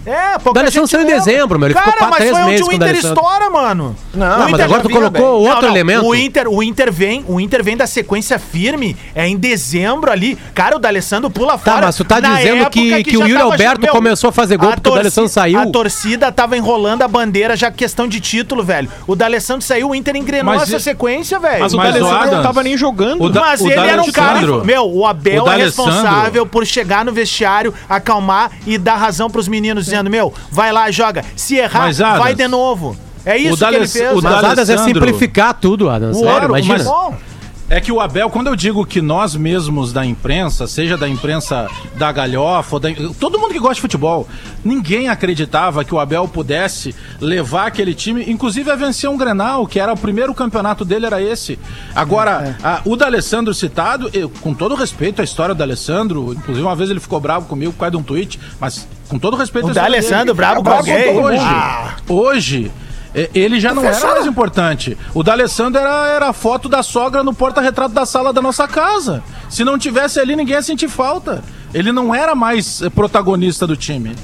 Speaker 3: É, pouca
Speaker 6: D'Alessandro
Speaker 3: gente
Speaker 6: saiu em
Speaker 3: lembra.
Speaker 6: dezembro, meu, ele ficou
Speaker 3: Cara,
Speaker 6: quatro,
Speaker 3: mas
Speaker 6: três
Speaker 3: foi onde
Speaker 6: meses
Speaker 3: o
Speaker 6: com o
Speaker 3: Inter
Speaker 6: D'Alessandro.
Speaker 3: estoura, mano.
Speaker 11: Não,
Speaker 3: O
Speaker 6: mas
Speaker 3: Inter
Speaker 6: agora
Speaker 3: já
Speaker 6: tu
Speaker 3: vinha
Speaker 6: colocou
Speaker 3: bem.
Speaker 6: outro elemento.
Speaker 3: O Inter, o Inter vem, o Inter vem da sequência firme, é em dezembro ali. Cara, o D'Alessandro pula fora.
Speaker 6: Tá, mas tu tá
Speaker 3: na
Speaker 6: dizendo
Speaker 3: época
Speaker 6: que- que o
Speaker 3: já
Speaker 6: Yuri
Speaker 3: tava-
Speaker 6: Alberto começou a fazer gol porque o
Speaker 3: torci-
Speaker 6: D'Alessandro saiu.
Speaker 3: A torcida tava enrolando a bandeira já questão de título, velho. O D'Alessandro saiu, o Inter engrenou
Speaker 7: Mas
Speaker 3: essa
Speaker 7: e-
Speaker 3: sequência, velho.
Speaker 7: Mas o
Speaker 8: Mas o
Speaker 7: Adams-
Speaker 8: Adams não tava nem jogando.
Speaker 7: O Da-
Speaker 3: Mas ele era um cara.
Speaker 7: D'Alessandro-
Speaker 3: Meu, o Abel
Speaker 7: o
Speaker 3: é
Speaker 7: D'Alessandro-
Speaker 3: responsável por chegar no vestiário, acalmar e dar razão pros meninos, dizendo: Meu, vai lá, joga. Se errar,
Speaker 7: Mas, Adams,
Speaker 3: vai de novo. É isso que ele
Speaker 7: D'Aless-
Speaker 3: fez.
Speaker 7: o
Speaker 6: Mas
Speaker 3: Mas-
Speaker 7: D'Aless-
Speaker 6: Adams, é
Speaker 7: D'Alessandro.
Speaker 6: simplificar tudo, Adam. Sério,
Speaker 7: Claro,
Speaker 6: imagina.
Speaker 7: mas- É que o Abel, quando eu digo que nós mesmos da imprensa, seja da imprensa da galhofa, ou da- todo mundo que gosta de futebol, ninguém acreditava que o Abel pudesse levar aquele time, inclusive a vencer um Grenal, que era o primeiro campeonato dele, era esse. Agora,
Speaker 3: É.
Speaker 7: a- o D'Alessandro citado, eu- com todo respeito à história do D'Alessandro, inclusive uma vez ele ficou bravo comigo por causa de um tweet, mas com todo respeito... à
Speaker 3: O
Speaker 7: história
Speaker 3: D'Alessandro,
Speaker 7: dele.
Speaker 3: brabo com
Speaker 7: Mas
Speaker 3: alguém.
Speaker 7: Hoje,
Speaker 3: Ah.
Speaker 7: hoje... é, Ele
Speaker 3: Tá
Speaker 7: já não era mais importante. O D'Alessandro era, era a foto da sogra no porta-retrato da sala da nossa casa. Se não tivesse ali, ninguém ia sentir falta. Ele não era mais eh, protagonista do time.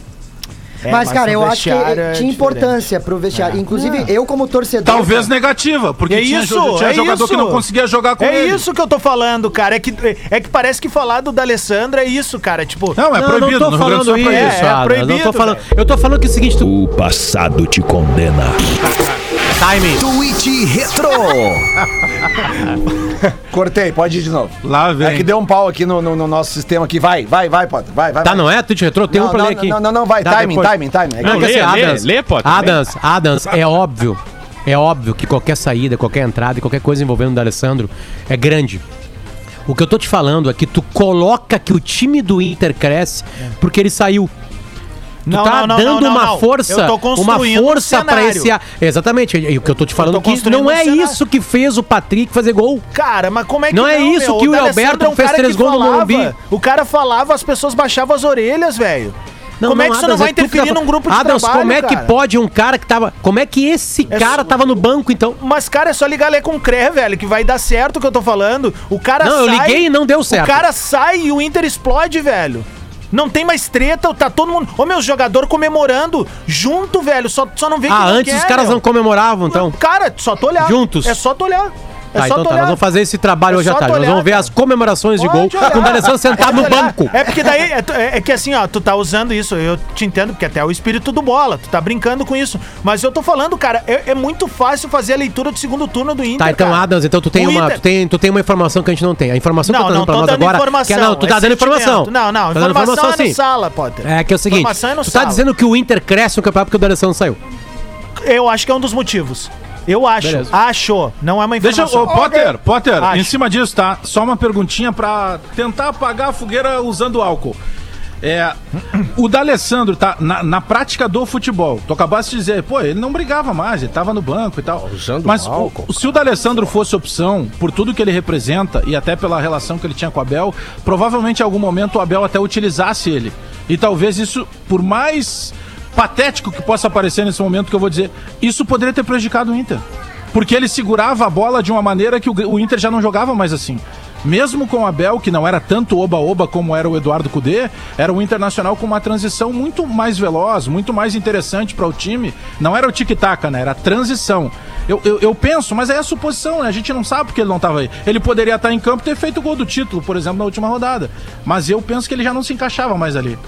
Speaker 3: É,
Speaker 2: mas, cara,
Speaker 3: no
Speaker 2: eu acho que
Speaker 3: vestiário é
Speaker 2: tinha
Speaker 3: diferente.
Speaker 2: importância pro vestiário. Inclusive, eu como torcedor...
Speaker 7: Talvez
Speaker 2: cara,
Speaker 7: negativa, porque
Speaker 3: É
Speaker 7: tinha,
Speaker 3: isso,
Speaker 7: jo- tinha
Speaker 3: é
Speaker 7: jogador
Speaker 3: isso.
Speaker 7: que não conseguia jogar Tá com
Speaker 3: É
Speaker 7: ele.
Speaker 3: isso que eu tô falando, cara. É que, é que parece que falar do D'Alessandro é isso, cara. Tipo,
Speaker 7: Não, é
Speaker 6: Não,
Speaker 7: proibido.
Speaker 6: não tô
Speaker 7: no Rio Grande do
Speaker 6: falando
Speaker 7: Sul é
Speaker 6: isso,
Speaker 7: proibido.
Speaker 3: proibido. É, é
Speaker 6: Adams, não tô
Speaker 3: proibido,
Speaker 6: falando. Eu tô falando que é o seguinte, tu...
Speaker 1: O passado te condena.
Speaker 6: timing.
Speaker 4: Twitch Retro. Cortei, pode ir de novo.
Speaker 7: Lá vem.
Speaker 4: É que deu um pau aqui no, no- no nosso sistema aqui. Vai, vai, vai, Potter. Vai, vai.
Speaker 6: Tá,
Speaker 4: vai.
Speaker 6: não é? Tu te retrô? Tem
Speaker 4: Não,
Speaker 6: um pra
Speaker 4: não,
Speaker 6: ler aqui.
Speaker 4: não, não, não, vai,
Speaker 6: Tá,
Speaker 4: timing, timing, timing. É que
Speaker 6: Não,
Speaker 4: eu
Speaker 6: quer
Speaker 8: lê,
Speaker 6: ser
Speaker 8: lê,
Speaker 6: Adams.
Speaker 8: lê, Potter, lê.
Speaker 6: Adams, Adams, é óbvio. É óbvio que qualquer saída, qualquer entrada, e qualquer coisa envolvendo o D'Alessandro é grande. O que eu tô te falando é que tu coloca que o time do Inter cresce porque ele saiu. Tu
Speaker 3: Não,
Speaker 6: tá
Speaker 3: não, não,
Speaker 6: dando
Speaker 3: não,
Speaker 6: uma
Speaker 3: não.
Speaker 6: força,
Speaker 3: Eu tô
Speaker 6: uma
Speaker 3: construindo um
Speaker 6: força pra
Speaker 3: cenário.
Speaker 6: esse. a- Exatamente, e o que eu tô te falando
Speaker 3: tô
Speaker 6: que
Speaker 3: construindo
Speaker 6: não
Speaker 3: um
Speaker 6: é
Speaker 3: cenário.
Speaker 6: isso que fez o Patrick fazer gol.
Speaker 3: Cara, mas como é que
Speaker 6: Não é isso que o
Speaker 3: D'Alessandro um
Speaker 6: Alberto fez
Speaker 3: cara
Speaker 6: três
Speaker 3: que
Speaker 6: gols no
Speaker 3: falava.
Speaker 6: Morumbi.
Speaker 3: O cara falava, as pessoas baixavam as orelhas, velho. como é que isso não
Speaker 6: Adams,
Speaker 3: vai
Speaker 6: tu que tá
Speaker 3: interferir
Speaker 6: falando.
Speaker 3: num grupo de
Speaker 6: Adams,
Speaker 3: trabalho,
Speaker 6: como é que
Speaker 3: cara?
Speaker 6: pode um cara que tava... Como é que esse
Speaker 3: É
Speaker 6: cara
Speaker 3: su-
Speaker 6: tava no banco, então?
Speaker 3: Mas, cara, é só ligar Lé com Cré, velho, que vai dar certo o que eu tô falando. O cara
Speaker 6: Não, eu liguei e não deu certo.
Speaker 3: O cara sai e o Inter explode, velho. Não tem mais treta, tá todo mundo. Ô, meu jogador comemorando junto, velho. Só, só é não vem
Speaker 6: ah, antes os caras não comemoravam, então.
Speaker 3: então. Cara, só tu olhar.
Speaker 6: Juntos.
Speaker 3: É só tu olhar. É
Speaker 6: Tá,
Speaker 3: só
Speaker 6: então
Speaker 3: tu
Speaker 6: tá,
Speaker 3: olhar.
Speaker 6: nós vamos fazer esse trabalho
Speaker 3: É
Speaker 6: hoje à
Speaker 3: só
Speaker 6: tarde.
Speaker 3: tu
Speaker 6: Nós
Speaker 3: olhar,
Speaker 6: vamos ver
Speaker 3: cara.
Speaker 6: as comemorações de
Speaker 3: Pode
Speaker 6: gol
Speaker 3: olhar.
Speaker 6: com o D'Alessandro sentado
Speaker 3: Pode
Speaker 6: no
Speaker 3: olhar.
Speaker 6: banco.
Speaker 3: É porque daí, é, tu- é- é que assim, ó, tu tá usando isso, eu te entendo, porque até é o espírito do bola, tu tá brincando com isso. Mas eu tô falando, cara, é, é muito fácil fazer a leitura do segundo turno do Inter.
Speaker 6: Tá, então,
Speaker 3: cara.
Speaker 6: Adams, então tu tem,
Speaker 3: O
Speaker 6: uma,
Speaker 3: Inter-
Speaker 6: tu, tem, tu tem uma informação que a gente não tem. A informação que
Speaker 3: Não,
Speaker 6: tu tá
Speaker 3: não
Speaker 6: dando pra
Speaker 3: tô
Speaker 6: nós
Speaker 3: dando
Speaker 6: agora.
Speaker 3: informação.
Speaker 6: Que, não, tu
Speaker 3: é
Speaker 6: tá dando
Speaker 3: sentimento.
Speaker 6: informação.
Speaker 3: Não, não,
Speaker 6: Tá dando
Speaker 3: informação, é na
Speaker 6: sim.
Speaker 3: sala, Potter.
Speaker 6: É que é o seguinte,
Speaker 3: Informação é no
Speaker 6: tu tá
Speaker 3: sala.
Speaker 6: dizendo que o Inter cresce no campeonato porque o D'Alessandro saiu.
Speaker 3: Eu acho que é um dos motivos. Eu acho,
Speaker 6: Beleza.
Speaker 3: acho. Não é uma
Speaker 7: Deixa,
Speaker 3: informação.
Speaker 7: ô, Potter, Potter,
Speaker 3: Acho.
Speaker 7: em cima disso, tá? Só uma perguntinha pra tentar apagar a fogueira usando álcool. É, o D'Alessandro, tá? Na, na prática do futebol, tu acabaste de dizer, pô, ele não brigava mais, ele tava no banco e tal.
Speaker 9: Usando
Speaker 7: Mas o-
Speaker 9: álcool,
Speaker 7: se o D'Alessandro fosse opção, por tudo que ele representa e até pela relação que ele tinha com o Abel, provavelmente em algum momento o Abel até utilizasse ele. E talvez isso, por mais patético que possa parecer nesse momento que eu vou dizer, isso poderia ter prejudicado o Inter. Porque ele segurava a bola de uma maneira que o, o Inter já não jogava mais assim. Mesmo com o Abel, que não era tanto oba-oba como era o Eduardo Cudê, era o Internacional com uma transição muito mais veloz, muito mais interessante para o time. Não era o tic-tac, né? Era a transição. Eu, eu, eu penso, mas aí é suposição, né? A gente não sabe porque ele não tava aí. Ele poderia estar em campo e ter feito o gol do título, por exemplo, na última rodada. Mas eu penso que ele já não se encaixava mais ali.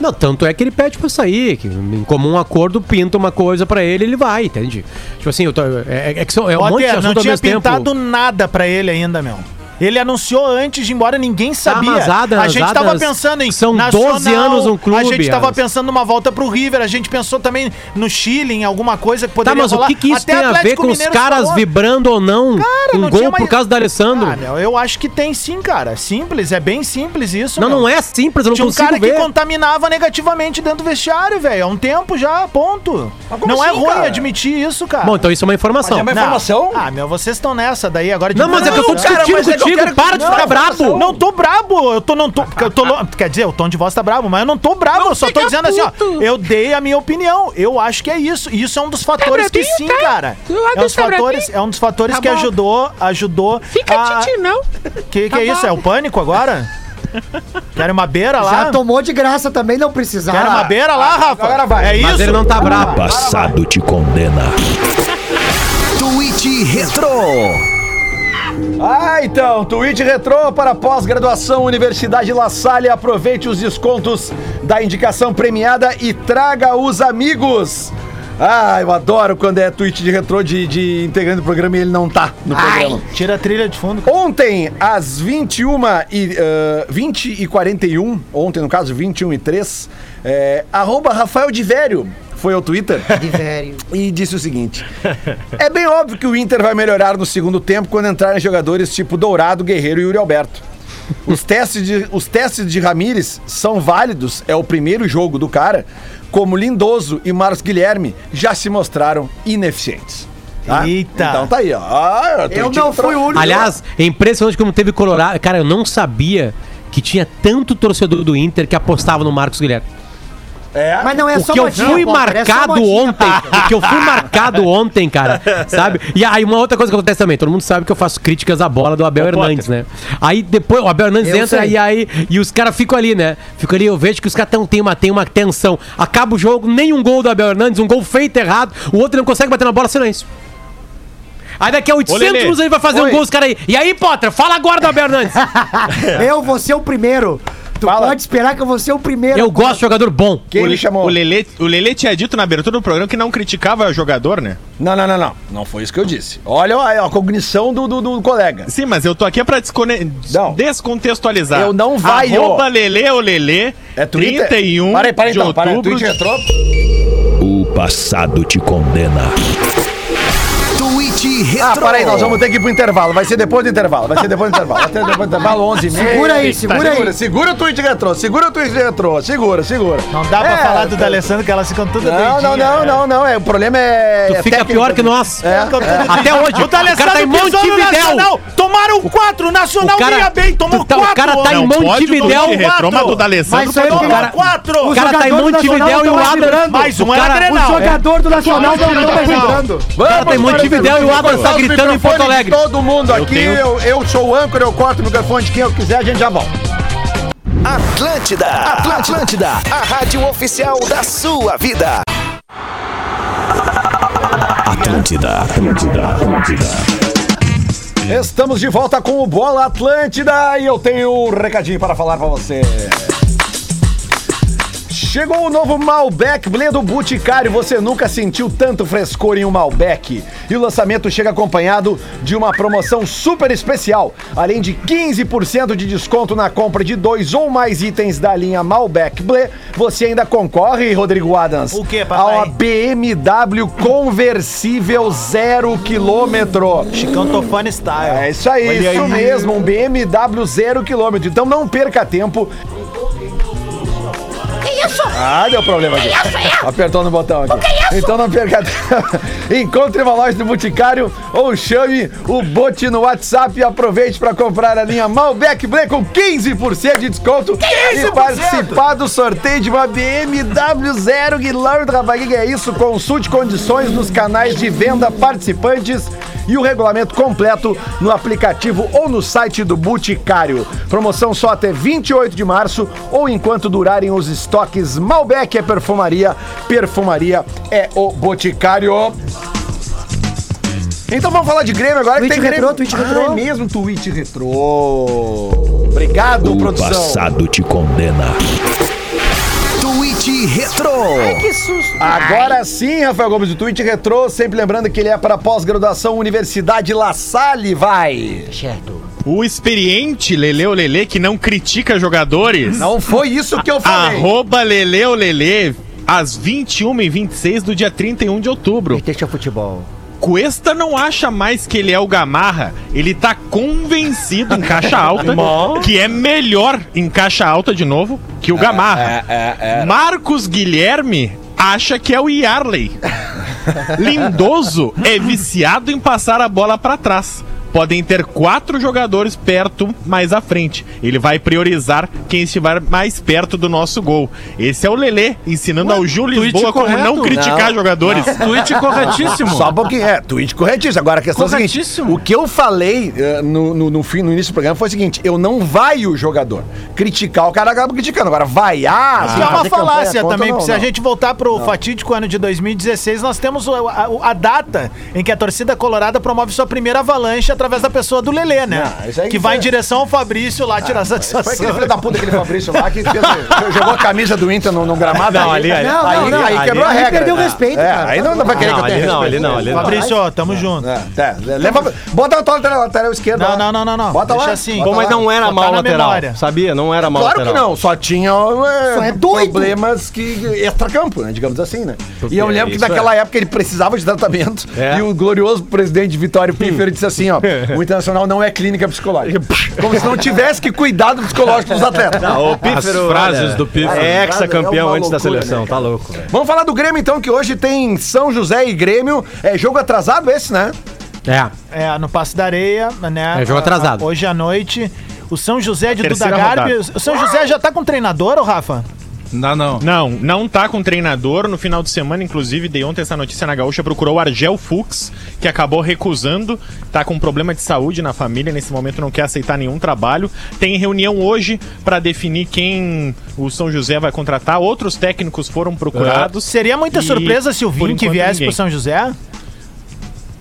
Speaker 6: Não, tanto é que ele pede pra sair, que em comum acordo pinta uma coisa pra ele, ele vai, entende? Tipo assim, eu tô, é, é que são, é um monte de
Speaker 3: Potter, não
Speaker 6: assunto ao
Speaker 3: tinha
Speaker 6: mesmo
Speaker 3: pintado
Speaker 6: tempo.
Speaker 3: nada pra ele ainda, meu. Ele anunciou antes de ir embora, ninguém sabia.
Speaker 6: mas Adams,
Speaker 3: a gente tava
Speaker 6: Adams,
Speaker 3: pensando em
Speaker 6: Tá são 12 anos um clube,
Speaker 3: A gente tava
Speaker 6: Adams.
Speaker 3: pensando numa volta pro River, a gente pensou também no Chile, em alguma coisa que
Speaker 6: Tá,
Speaker 3: poderia
Speaker 6: mas o
Speaker 3: rolar.
Speaker 6: que, que isso
Speaker 3: Até
Speaker 6: tem a ver
Speaker 3: Atlético
Speaker 6: com os
Speaker 3: Mineiro
Speaker 6: caras
Speaker 3: falou.
Speaker 6: vibrando ou não?
Speaker 3: Cara,
Speaker 6: um
Speaker 3: não tinha
Speaker 6: gol
Speaker 3: mais-
Speaker 6: por causa da Alessandro.
Speaker 3: Ah, meu, eu acho que tem sim, cara. Simples, é bem simples isso.
Speaker 6: não,
Speaker 3: meu.
Speaker 6: não é simples, eu não
Speaker 3: Tinha um
Speaker 6: consigo
Speaker 3: cara
Speaker 6: ver.
Speaker 3: que contaminava negativamente dentro do vestiário, velho. Há um tempo já, ponto. Não é
Speaker 11: assim,
Speaker 3: ruim
Speaker 11: cara?
Speaker 3: admitir isso, cara.
Speaker 6: Bom, então isso é uma
Speaker 11: Mas
Speaker 6: informação.
Speaker 11: é uma
Speaker 3: Não.
Speaker 11: informação?
Speaker 3: Ah, meu, vocês estão nessa daí agora de
Speaker 6: Não, mas é que eu tô
Speaker 3: informação.
Speaker 11: cara,
Speaker 6: discutindo
Speaker 11: mas é que eu quero
Speaker 6: contigo,
Speaker 11: que-
Speaker 6: para de
Speaker 11: Não,
Speaker 6: ficar
Speaker 11: é
Speaker 6: brabo.
Speaker 11: informação.
Speaker 3: Não tô brabo, eu tô não tô, eu tô lo- quer dizer, o tom de voz tá brabo, mas eu não tô brabo, eu só tô dizendo assim, ó, eu dei a minha opinião, eu acho que é isso, e isso é um dos fatores que sim,
Speaker 6: tá?
Speaker 3: cara. É um dos fatores, é um dos fatores que ajudou, ajudou Fica a... não. Que que
Speaker 6: Tá
Speaker 3: é isso? É o pânico agora? Querem uma beira lá?
Speaker 2: Já tomou de graça também, não precisava.
Speaker 3: Querem é. uma beira lá, Rafa?
Speaker 11: agora vai.
Speaker 3: É
Speaker 6: Ah, Mas
Speaker 3: isso?
Speaker 6: ele não tá brabo.
Speaker 1: Passado te condena.
Speaker 11: Twitch Retro.
Speaker 4: Ah, então, Twitch Retrô para pós-graduação Universidade La Salle. Aproveite os descontos da indicação premiada e traga os amigos. Ah, eu adoro quando é Twitch de retrô de, de integrante do programa e ele não tá no programa.
Speaker 3: Tira a trilha de fundo.
Speaker 4: Ontem, às 21 e, ah, 20 e 41, ontem no caso 21 e 3, é, arroba Rafael de Vério foi ao Twitter
Speaker 2: De velho.
Speaker 4: e disse o seguinte: [LAUGHS] É bem óbvio que o Inter vai melhorar no segundo tempo quando entrarem jogadores tipo Dourado, Guerreiro e Yuri Alberto. Os testes de, os testes de Ramires são válidos, é o primeiro jogo do cara, como Lindoso e Marcos Guilherme já se mostraram ineficientes. tá?
Speaker 3: Eita.
Speaker 4: Então tá aí, ó. Ah,
Speaker 2: Eu não fui o único.
Speaker 6: Aliás, é impressionante como teve Colorado. Cara, eu não sabia que tinha tanto torcedor do Inter que apostava no Marcos Guilherme.
Speaker 2: Mas não é
Speaker 6: O
Speaker 2: só
Speaker 6: que eu
Speaker 2: modinha,
Speaker 6: fui
Speaker 2: Potter, é só
Speaker 6: marcado
Speaker 2: modinha.
Speaker 6: ontem, o que eu fui
Speaker 2: [LAUGHS]
Speaker 6: marcado ontem, cara, sabe? E aí uma outra coisa que acontece também, todo mundo sabe que eu faço críticas à bola do Abel Hernandes, né? Aí depois o Abel Hernandes
Speaker 2: Eu
Speaker 6: entra
Speaker 2: sei.
Speaker 6: e aí e os caras ficam ali, né? Ficam ali, eu vejo que os caras tão- tem uma tem uma tensão. Acaba o jogo, nenhum gol do Abel Hernandes, um gol feito errado, o outro não consegue bater na bola, silêncio. Aí daqui a 800
Speaker 8: Lelê.
Speaker 6: minutos ele vai fazer um
Speaker 4: Oi.
Speaker 6: gol, os caras aí. E aí, Potter, fala agora do Abel Hernandes.
Speaker 2: Eu vou ser o primeiro. Tu
Speaker 4: Fala.
Speaker 2: pode esperar que eu vou ser o primeiro.
Speaker 6: eu gosto de jogador bom.
Speaker 4: Quem me chamou?
Speaker 8: O Lelê, o Lelê tinha dito na abertura do programa que não criticava o jogador, né?
Speaker 4: Não, não, não, não. Não foi isso que eu disse. Olha a, a cognição do, do, do colega.
Speaker 8: Sim, mas eu tô aqui pra descone-
Speaker 4: Não.
Speaker 8: descontextualizar.
Speaker 4: Eu não vai, ó.
Speaker 8: Arroba Lelê ou Lelê,
Speaker 4: É Twitter?
Speaker 8: 31
Speaker 4: Para aí, para aí,
Speaker 8: de
Speaker 4: então. Para aí,
Speaker 8: outubro.
Speaker 4: Twitch retrô.
Speaker 1: O passado te condena.
Speaker 11: Twitch
Speaker 4: Ah,
Speaker 11: Retro.
Speaker 4: para aí, nós vamos ter que ir pro intervalo. Vai ser depois do intervalo. Vai ser depois do intervalo. Vai ser depois do intervalo, 11 h
Speaker 2: Segura aí, segura aí.
Speaker 4: Segura, segura o Twitch retrô. Segura o Twitch retrô. Segura, segura.
Speaker 3: Não dá pra
Speaker 4: É,
Speaker 3: falar do
Speaker 4: tá-
Speaker 3: D'Alessandro que elas ficam todas
Speaker 4: Não, não,
Speaker 3: doidinhas,
Speaker 4: não,
Speaker 3: né?
Speaker 4: não, não. É, o problema é.
Speaker 6: Tu
Speaker 4: é
Speaker 6: fica
Speaker 4: técnico.
Speaker 6: pior que nós.
Speaker 4: É.
Speaker 6: Até hoje.
Speaker 3: O D'Alessandro
Speaker 6: cara tá em
Speaker 3: pisou no
Speaker 6: Montevidéu.
Speaker 3: Nacional. Tomaram quatro. Nacional
Speaker 6: O cara-
Speaker 3: vinha bem. Tomou
Speaker 6: tu tá- o
Speaker 3: quatro.
Speaker 6: cara tá em
Speaker 3: Não,
Speaker 6: Montevidéu.
Speaker 8: Pode o
Speaker 6: Montevidéu,
Speaker 8: Twitch retrô, mas do D'Alessandro
Speaker 2: Mas isso aí
Speaker 8: pode
Speaker 2: o
Speaker 3: Tomou
Speaker 6: cara-
Speaker 3: quatro.
Speaker 6: O cara tá em
Speaker 2: jogadores do
Speaker 6: Montevidéu e
Speaker 2: Nacional
Speaker 6: o
Speaker 2: tão
Speaker 6: Adams.
Speaker 2: vibrando.
Speaker 3: Mais um é
Speaker 6: cara-
Speaker 2: O
Speaker 3: Grenal.
Speaker 2: jogador do Nacional não tá lembrando.
Speaker 6: O cara tá em
Speaker 4: para o
Speaker 6: Montevidéu e o Adams tá
Speaker 4: Os
Speaker 6: gritando em
Speaker 4: microfones
Speaker 6: Porto
Speaker 4: de
Speaker 6: Alegre.
Speaker 4: Todo mundo aqui,
Speaker 8: tenho-
Speaker 4: eu, eu sou o âncora, eu corto o microfone de quem eu quiser, a gente já volta.
Speaker 5: Atlântida, Atlântida, a rádio oficial da sua vida.
Speaker 1: Atlântida, Atlântida, Atlântida.
Speaker 4: Estamos de volta com o Bola Atlântida e eu tenho um recadinho para falar para você. Chegou o novo Malbec Blend do Boticário. Você nunca sentiu tanto frescor em um Malbec. E o lançamento chega acompanhado de uma promoção super especial. Além de 15% de desconto na compra de dois ou mais itens da linha Malbec Blend, você ainda concorre, Rodrigo Adams,
Speaker 3: O quê, papai?
Speaker 4: a uma BMW conversível 0 quilômetro.
Speaker 3: Chicão tá Tofani Style.
Speaker 4: É isso aí,
Speaker 3: Olha
Speaker 4: isso mesmo, um BMW zero quilômetro. Então não perca tempo. Ah, deu problema aqui. Apertou no botão aqui. Então não perca tempo. [LAUGHS] Encontre uma loja do Boticário ou chame o Bote no WhatsApp e aproveite para comprar a linha Malbec Black com 15% de desconto e participar do sorteio de uma BMW zero quilômetro. Rapaz, o que é isso? Consulte condições nos canais de venda participantes e o regulamento completo no aplicativo ou no site do Boticário. Promoção só até 28 de março ou enquanto durarem os estoques. Malbec é perfumaria, perfumaria é o Boticário. Então vamos falar de Grêmio agora
Speaker 2: Tweet
Speaker 4: que tem
Speaker 2: retrô,
Speaker 4: Grêmio.
Speaker 2: tweet
Speaker 4: Ah,
Speaker 2: retrô.
Speaker 4: é mesmo tweet retrô. Obrigado,
Speaker 1: o
Speaker 4: produção.
Speaker 1: passado te condena.
Speaker 11: Tweet Retro.
Speaker 4: Ai, que
Speaker 11: susto.
Speaker 4: Agora sim, Rafael Gomes, o tweet retrô, sempre lembrando que ele é para pós-graduação Universidade La Salle, vai.
Speaker 2: Certo.
Speaker 8: O experiente Leleu Lele, que não critica jogadores.
Speaker 4: Não foi isso que eu falei.
Speaker 8: Arroba Leleu Lele, às 21h26 do dia 31 de outubro.
Speaker 2: Deixa o futebol.
Speaker 8: Cuesta não acha mais que ele é o Gamarra, ele tá convencido em
Speaker 2: [LAUGHS]
Speaker 8: caixa alta que é melhor em caixa alta de novo que o
Speaker 2: É,
Speaker 8: Gamarra.
Speaker 4: É.
Speaker 8: Marcos Guilherme acha que é o
Speaker 4: [LAUGHS]
Speaker 8: Yarley. Lindoso é viciado em passar a bola pra trás. Podem ter quatro jogadores perto mais à frente. Ele vai priorizar quem estiver mais perto do nosso gol. Esse é o Lelê, ensinando ao Gil
Speaker 7: tweet
Speaker 8: Lisboa como
Speaker 7: correto.
Speaker 8: não criticar
Speaker 4: Não,
Speaker 8: jogadores.
Speaker 7: Tweet corretíssimo.
Speaker 4: Só um pouquinho, é, tweet corretíssimo. Agora a questão é a seguinte,
Speaker 7: Corretíssimo.
Speaker 4: o que eu falei eh, no, no, no fim, no início do programa foi o seguinte, eu não vai o jogador. Criticar, o cara acaba criticando. Agora, vaiar...
Speaker 3: Que
Speaker 4: assim,
Speaker 3: é uma
Speaker 4: fazer campanha
Speaker 3: falácia
Speaker 4: contra,
Speaker 3: também,
Speaker 4: não,
Speaker 3: porque se a
Speaker 4: não.
Speaker 3: gente voltar pro fatídico ano de 2016, nós temos o- a, o- a data em que a torcida colorada promove sua primeira avalanche através da pessoa do Lelê, né?
Speaker 4: Não, isso aí é
Speaker 3: que
Speaker 4: foi-
Speaker 3: vai em direção ao Fabrício lá tirar satisfação.
Speaker 4: Foi aquele filho da puta, aquele Fabrício lá, que fez, jogou a camisa do Inter no, no gramado.
Speaker 9: Não, ali- ali-
Speaker 4: aí,
Speaker 2: não, não,
Speaker 4: aí
Speaker 9: ali-
Speaker 4: quebrou a
Speaker 2: aí
Speaker 4: regra.
Speaker 2: perdeu o
Speaker 4: Ah,
Speaker 2: respeito,
Speaker 4: é,
Speaker 2: cara.
Speaker 4: Aí não dá pra querer
Speaker 9: Não,
Speaker 4: que eu
Speaker 9: ali
Speaker 4: tenha
Speaker 9: não,
Speaker 4: respeito.
Speaker 9: ali não, ali não.
Speaker 3: Fabrício, ó, tamo junto.
Speaker 4: É, é, leva, bota na tua lateral, lateral esquerda.
Speaker 3: Não,
Speaker 4: lá.
Speaker 3: não, não, não, não.
Speaker 4: Bota
Speaker 3: Deixa
Speaker 4: lá.
Speaker 3: assim.
Speaker 4: bota
Speaker 9: Bom, mas um
Speaker 4: lá.
Speaker 9: não era
Speaker 3: Botar
Speaker 9: mal
Speaker 3: na
Speaker 9: lateral,
Speaker 3: memória.
Speaker 9: sabia? Não era mal
Speaker 4: Claro
Speaker 9: lateral.
Speaker 4: que não, só tinha é,
Speaker 2: Só é doido.
Speaker 4: problemas que extracampo, né, digamos assim, né?
Speaker 9: Porque
Speaker 4: E eu lembro que
Speaker 9: isso
Speaker 4: naquela época ele precisava de tratamento
Speaker 9: É. Hum.
Speaker 4: e o glorioso presidente Vitório Piffer disse
Speaker 9: [LAUGHS]
Speaker 4: assim, ó, o Internacional não é clínica psicológica. Como se não tivesse que cuidar do psicológico dos atletas.
Speaker 9: Não, o Pífero,
Speaker 7: frases
Speaker 9: olha,
Speaker 7: do Pífero.
Speaker 9: É ex-campeão
Speaker 4: É uma
Speaker 9: antes da
Speaker 4: loucura,
Speaker 9: seleção,
Speaker 4: né,
Speaker 9: tá louco.
Speaker 4: Vamos falar do Grêmio então, que hoje tem São José e Grêmio. É jogo atrasado esse, né?
Speaker 6: É.
Speaker 3: É, no Passe da Areia, né?
Speaker 6: É, jogo atrasado.
Speaker 3: Hoje à noite. O São José de Duda
Speaker 8: Terceira
Speaker 3: Garbi. O São José já tá com treinador, ô Rafa?
Speaker 7: Não, não.
Speaker 8: Não, não tá com treinador. No final de semana, inclusive, dei ontem essa notícia na Gaúcha, procurou o Argel Fuchs, que acabou recusando. Tá com problema de saúde na família, nesse momento não quer aceitar nenhum trabalho. Tem reunião hoje pra definir quem o São José vai contratar. Outros técnicos foram procurados.
Speaker 3: É. Seria muita
Speaker 8: Tá. E,
Speaker 3: surpresa se o
Speaker 8: por
Speaker 3: Vink
Speaker 8: enquanto,
Speaker 3: viesse pro
Speaker 8: ninguém.
Speaker 3: São José?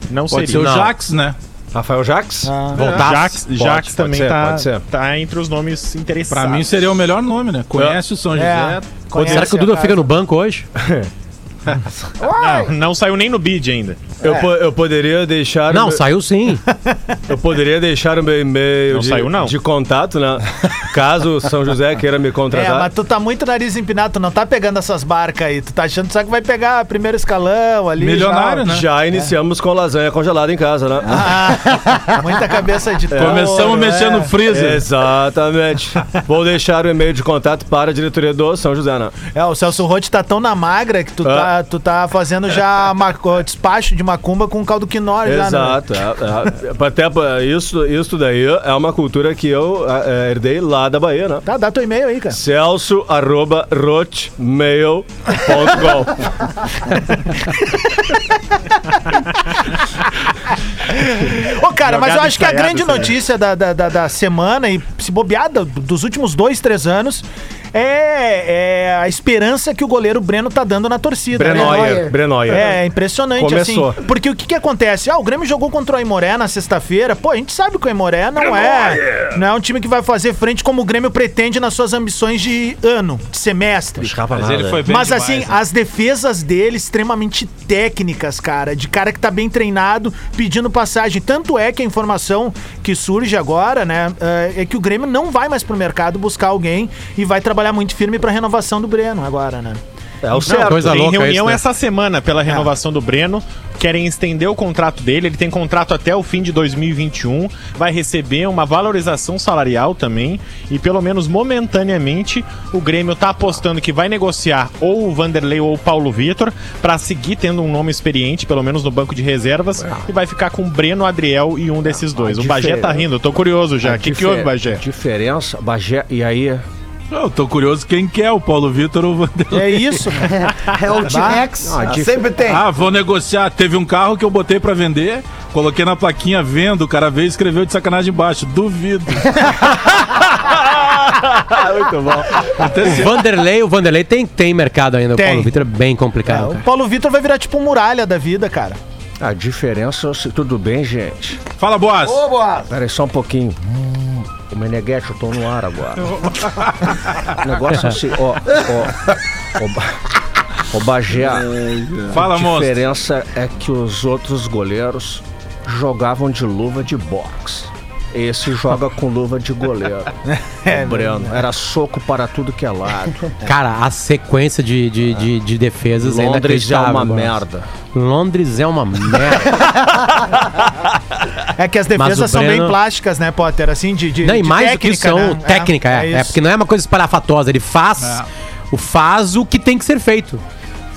Speaker 8: Não
Speaker 7: Pode ser
Speaker 8: seria.
Speaker 7: o né?
Speaker 9: Não.
Speaker 7: Jax, né?
Speaker 9: Rafael Jax? Voltar?
Speaker 8: Jax,
Speaker 9: Pode,
Speaker 8: Jax
Speaker 9: pode
Speaker 8: também
Speaker 9: ser,
Speaker 8: tá,
Speaker 9: pode ser.
Speaker 8: tá entre os nomes
Speaker 7: Pra
Speaker 8: interessados.
Speaker 7: mim é- seria o melhor nome, né? Conhece o
Speaker 3: É.
Speaker 7: São José.
Speaker 3: conhece
Speaker 6: Será que o
Speaker 3: a
Speaker 6: Duda
Speaker 3: casa.
Speaker 6: fica no banco hoje?
Speaker 8: Não, não saiu nem no bid ainda.
Speaker 9: Eu, po- eu poderia deixar. o
Speaker 6: Não,
Speaker 9: meu-
Speaker 6: saiu sim.
Speaker 9: Eu poderia deixar o meu e-mail
Speaker 8: Não
Speaker 9: de,
Speaker 8: saiu, não.
Speaker 9: de contato, né? Caso o São José queira me
Speaker 3: É,
Speaker 9: contratar.
Speaker 3: mas tu tá muito nariz empinado, tu não tá pegando essas barcas aí. Tu tá achando só que vai pegar primeiro escalão ali.
Speaker 7: Milionário, né?
Speaker 3: É.
Speaker 9: Já iniciamos com lasanha congelada em casa, né?
Speaker 3: Ah, já. [LAUGHS] Muita cabeça
Speaker 7: É.
Speaker 3: de touro,
Speaker 7: Começamos mexendo no freezer.
Speaker 9: Exatamente. Vou deixar o e-mail de contato para a diretoria do São José, né?
Speaker 3: É, o Celso Rotti tá tão na magra que tu, tá, tu tá fazendo já maco- despacho de macumba com caldo quinó já, né?
Speaker 9: Exato. é, é. Até pra- isso, isso daí é uma cultura que eu é, é, herdei lá da Bahia, né?
Speaker 3: Tá, dá teu e-mail aí, cara.
Speaker 9: Celso arroba
Speaker 3: [LAUGHS]
Speaker 9: rotmail.com
Speaker 3: Ô, cara, mas eu
Speaker 8: Jogada
Speaker 3: acho que a
Speaker 8: ensaiada,
Speaker 3: grande
Speaker 8: isso aí.
Speaker 3: notícia da, da, da, da semana, e se bobeada dos últimos dois, três anos, é, é a esperança que o goleiro Breno tá dando na torcida. né?
Speaker 9: Brenoia. Brenoia.
Speaker 3: É, é impressionante,
Speaker 9: Começou.
Speaker 3: assim. Porque o que que acontece? Ah, o Grêmio jogou contra o Aimoré na sexta-feira. Pô, a gente sabe que o Aimoré não é, não é um time que vai fazer frente como o Grêmio pretende nas suas ambições de ano, de semestre.
Speaker 7: Mas ele foi bem
Speaker 3: Mas
Speaker 7: demais,
Speaker 3: assim,
Speaker 7: né?
Speaker 3: as defesas dele extremamente técnicas, cara, de cara que tá bem treinado, pedindo passagem. Tanto é que a informação que surge agora, né, eh, é que o Grêmio não vai mais pro mercado buscar alguém e vai trabalhar muito firme pra renovação do Breno agora, né?
Speaker 9: É o certo.
Speaker 6: coisa
Speaker 8: tem
Speaker 6: louca isso,
Speaker 8: reunião
Speaker 6: né?
Speaker 8: essa semana pela renovação do Breno. Querem estender o contrato dele. Ele tem contrato até o fim de 2021. Vai receber uma valorização salarial também. E pelo menos momentaneamente, o Grêmio tá apostando que vai negociar ou o Vanderlei ou o Paulo Vitor para seguir tendo um nome experiente, pelo menos no banco de reservas.
Speaker 6: É.
Speaker 8: E vai ficar com o Breno, Adriel e um
Speaker 6: Ah,
Speaker 8: desses dois. O Bagé tá
Speaker 9: diferença-
Speaker 8: rindo. Eu tô curioso já. O é. que, que houve, Bagé?
Speaker 9: Diferença, Bagé. E aí?
Speaker 7: Eu tô curioso quem que é, o Paulo Vitor ou o Vanderlei.
Speaker 3: É isso, né?
Speaker 2: É o T-Rex.
Speaker 9: Ah, dif-
Speaker 4: Sempre tem.
Speaker 7: Ah, vou negociar. Teve um carro que eu botei pra vender, coloquei na plaquinha vendo, o cara veio e escreveu de sacanagem embaixo.
Speaker 3: [LAUGHS]
Speaker 7: Duvido.
Speaker 9: Ah, Muito bom.
Speaker 6: O Vanderlei, o Vanderlei tem, tem mercado ainda.
Speaker 3: Tem.
Speaker 6: O Paulo Vitor é bem
Speaker 3: É,
Speaker 6: complicado.
Speaker 3: o
Speaker 6: cara.
Speaker 3: Paulo Vitor vai virar tipo um muralha da vida, cara.
Speaker 12: A diferença é se tudo bem, gente.
Speaker 7: Fala, Boas.
Speaker 12: Ô, Boas. Pera aí só um pouquinho. Hum, o Meneghete, eu tô no ar agora. o negócio é assim, ó, ó, ó, ba- ó Bagé.
Speaker 7: Fala,
Speaker 12: A
Speaker 7: monstro.
Speaker 12: diferença é que os outros goleiros jogavam de luva de boxe. Esse joga com luva de goleiro.
Speaker 6: É,
Speaker 12: o Breno. Era soco para tudo que é lado.
Speaker 6: Cara, a sequência de, de, de, de defesas
Speaker 12: Londres
Speaker 6: é
Speaker 12: é
Speaker 6: inacreditável.
Speaker 12: uma
Speaker 6: Boas.
Speaker 12: merda.
Speaker 6: Londres é uma merda.
Speaker 3: É que as
Speaker 6: Mas
Speaker 3: defesas
Speaker 6: o
Speaker 3: são bem
Speaker 6: Breno-
Speaker 3: plásticas, né, Potter? Assim, de, de,
Speaker 6: não, e
Speaker 3: de
Speaker 6: mais do que isso, são
Speaker 3: né?
Speaker 6: técnica, é. É,
Speaker 3: isso.
Speaker 6: porque não é uma coisa espalhafatosa, ele faz, o, faz o que tem que ser feito.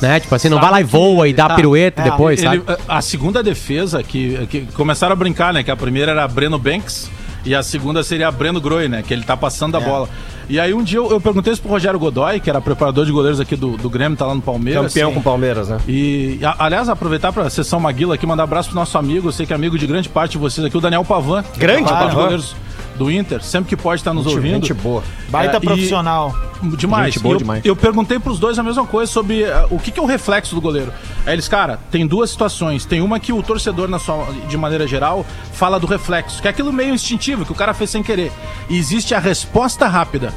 Speaker 6: Né? Tipo assim, não vai lá e voa e dá
Speaker 7: Tá.
Speaker 6: pirueta
Speaker 7: É,
Speaker 6: depois,
Speaker 7: ele-
Speaker 6: sabe?
Speaker 7: A segunda defesa que, que começaram a brincar, né? Que a primeira era Breno Banks e a segunda seria Breno Groi, né? Que ele tá passando a
Speaker 3: É.
Speaker 7: bola. E aí um dia eu, eu perguntei isso pro Rogério Godoy, que era preparador de goleiros aqui do, do Grêmio, tá lá no Palmeiras.
Speaker 9: Campeão com o Palmeiras, né?
Speaker 7: E, a- aliás, aproveitar pra sessão Maguila aqui, mandar abraço pro nosso amigo, eu sei que é amigo de grande parte de vocês aqui, o Daniel Pavan.
Speaker 3: Grande
Speaker 7: Pavan.
Speaker 3: Pavan.
Speaker 7: goleiros do Inter, sempre que pode estar nos
Speaker 3: Gente-
Speaker 7: ouvindo.
Speaker 3: gente boa.
Speaker 7: É,
Speaker 3: Baita profissional.
Speaker 7: Demais.
Speaker 3: Gente boa
Speaker 7: E eu,
Speaker 3: demais.
Speaker 7: eu perguntei pros dois a mesma coisa sobre ah, o que, que é o reflexo do goleiro. Aí eles, cara, tem duas situações. Tem uma que o torcedor, na sua, de maneira geral, fala do reflexo, que é aquilo meio instintivo que o cara fez sem querer. E existe a resposta rápida,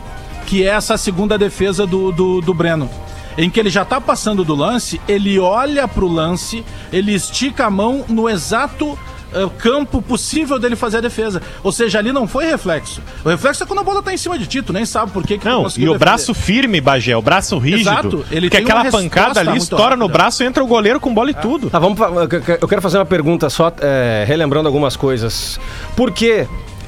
Speaker 7: que é essa segunda defesa do, do, do Breno. Em que ele já tá passando do lance, ele olha pro lance, ele estica a mão no exato eh, campo possível dele fazer a defesa. Ou seja, ali não foi reflexo. O reflexo é quando a bola tá em cima de ti, tu nem sabe por que, que tu
Speaker 8: Não,
Speaker 7: conseguiu
Speaker 8: e o
Speaker 7: defender.
Speaker 8: braço firme, Bagé, o braço rígido.
Speaker 7: Exato, ele
Speaker 8: porque
Speaker 7: tem uma
Speaker 8: aquela
Speaker 7: resposta
Speaker 8: pancada ali
Speaker 7: muito
Speaker 8: estoura no
Speaker 7: rápida.
Speaker 8: braço, entra o goleiro com bola e tudo.
Speaker 9: Tá, vamos. fa- eu que- Eu quero fazer uma pergunta só, é, relembrando algumas coisas. Por que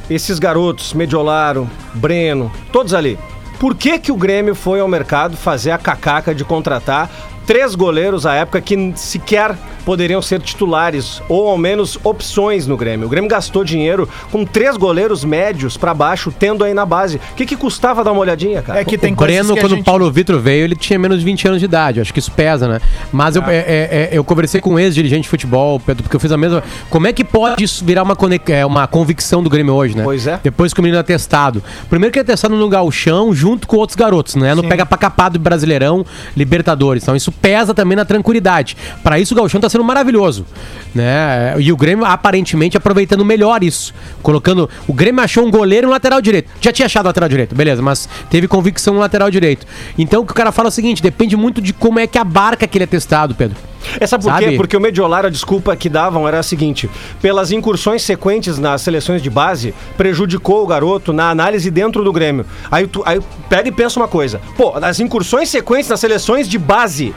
Speaker 9: esses garotos, Mediolaro, Breno, todos ali, por que, que o Grêmio foi ao mercado fazer a cacaca de contratar três goleiros à época que n- sequer poderiam ser titulares ou ao menos opções no Grêmio? O Grêmio gastou dinheiro com três goleiros médios pra baixo, tendo aí na base. O que, que custava dar uma olhadinha, cara?
Speaker 3: É que tem
Speaker 6: o Breno,
Speaker 3: que a
Speaker 6: quando
Speaker 3: gente-
Speaker 6: o Paulo Vitro veio, ele tinha menos de 20 anos de idade. Acho que isso pesa, né? Mas
Speaker 3: Ah.
Speaker 6: eu, é, é, é, eu conversei com um ex-dirigente de futebol, Pedro, porque eu fiz a mesma. Como é que pode isso virar uma, conex- é, uma convicção do Grêmio hoje, né?
Speaker 9: Pois é.
Speaker 6: Depois que o menino é testado. Primeiro que é testado no gauchão junto com outros garotos, né? No pega pra capado do Brasileirão, Libertadores. Então isso pesa também na tranquilidade. Pra isso o gauchão tá sendo maravilhoso, né? E o Grêmio aparentemente aproveitando melhor isso, colocando o Grêmio achou um goleiro e um lateral direito. Já tinha achado o lateral direito, beleza, mas teve convicção no lateral direito. Então o que o cara fala é o seguinte, depende muito de como é que a barca que ele é testado, Pedro.
Speaker 9: É, sabe por
Speaker 6: Sabe?
Speaker 9: quê? Porque o Mediolar, a desculpa que davam era a seguinte: pelas incursões sequentes nas seleções de base, prejudicou o garoto na análise dentro do Grêmio. Aí tu aí pega e pensa uma coisa: pô, as incursões sequentes nas seleções de base.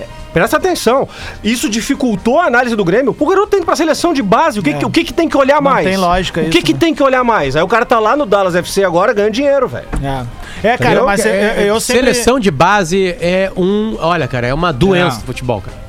Speaker 9: É, Presta atenção, isso dificultou a análise do Grêmio. O garoto tem que ir pra seleção de base, o que, que- o que, que tem que olhar mais?
Speaker 3: É. tem lógica
Speaker 9: O que,
Speaker 3: isso,
Speaker 9: que
Speaker 3: né?
Speaker 9: tem que olhar mais? Aí o cara tá lá no Dallas FC agora ganhando dinheiro, velho.
Speaker 3: É, é cara,
Speaker 9: Entendeu?
Speaker 3: mas eu, eu, eu sempre...
Speaker 6: Seleção de base é um, olha, cara, é uma doença
Speaker 3: É.
Speaker 6: do futebol, cara.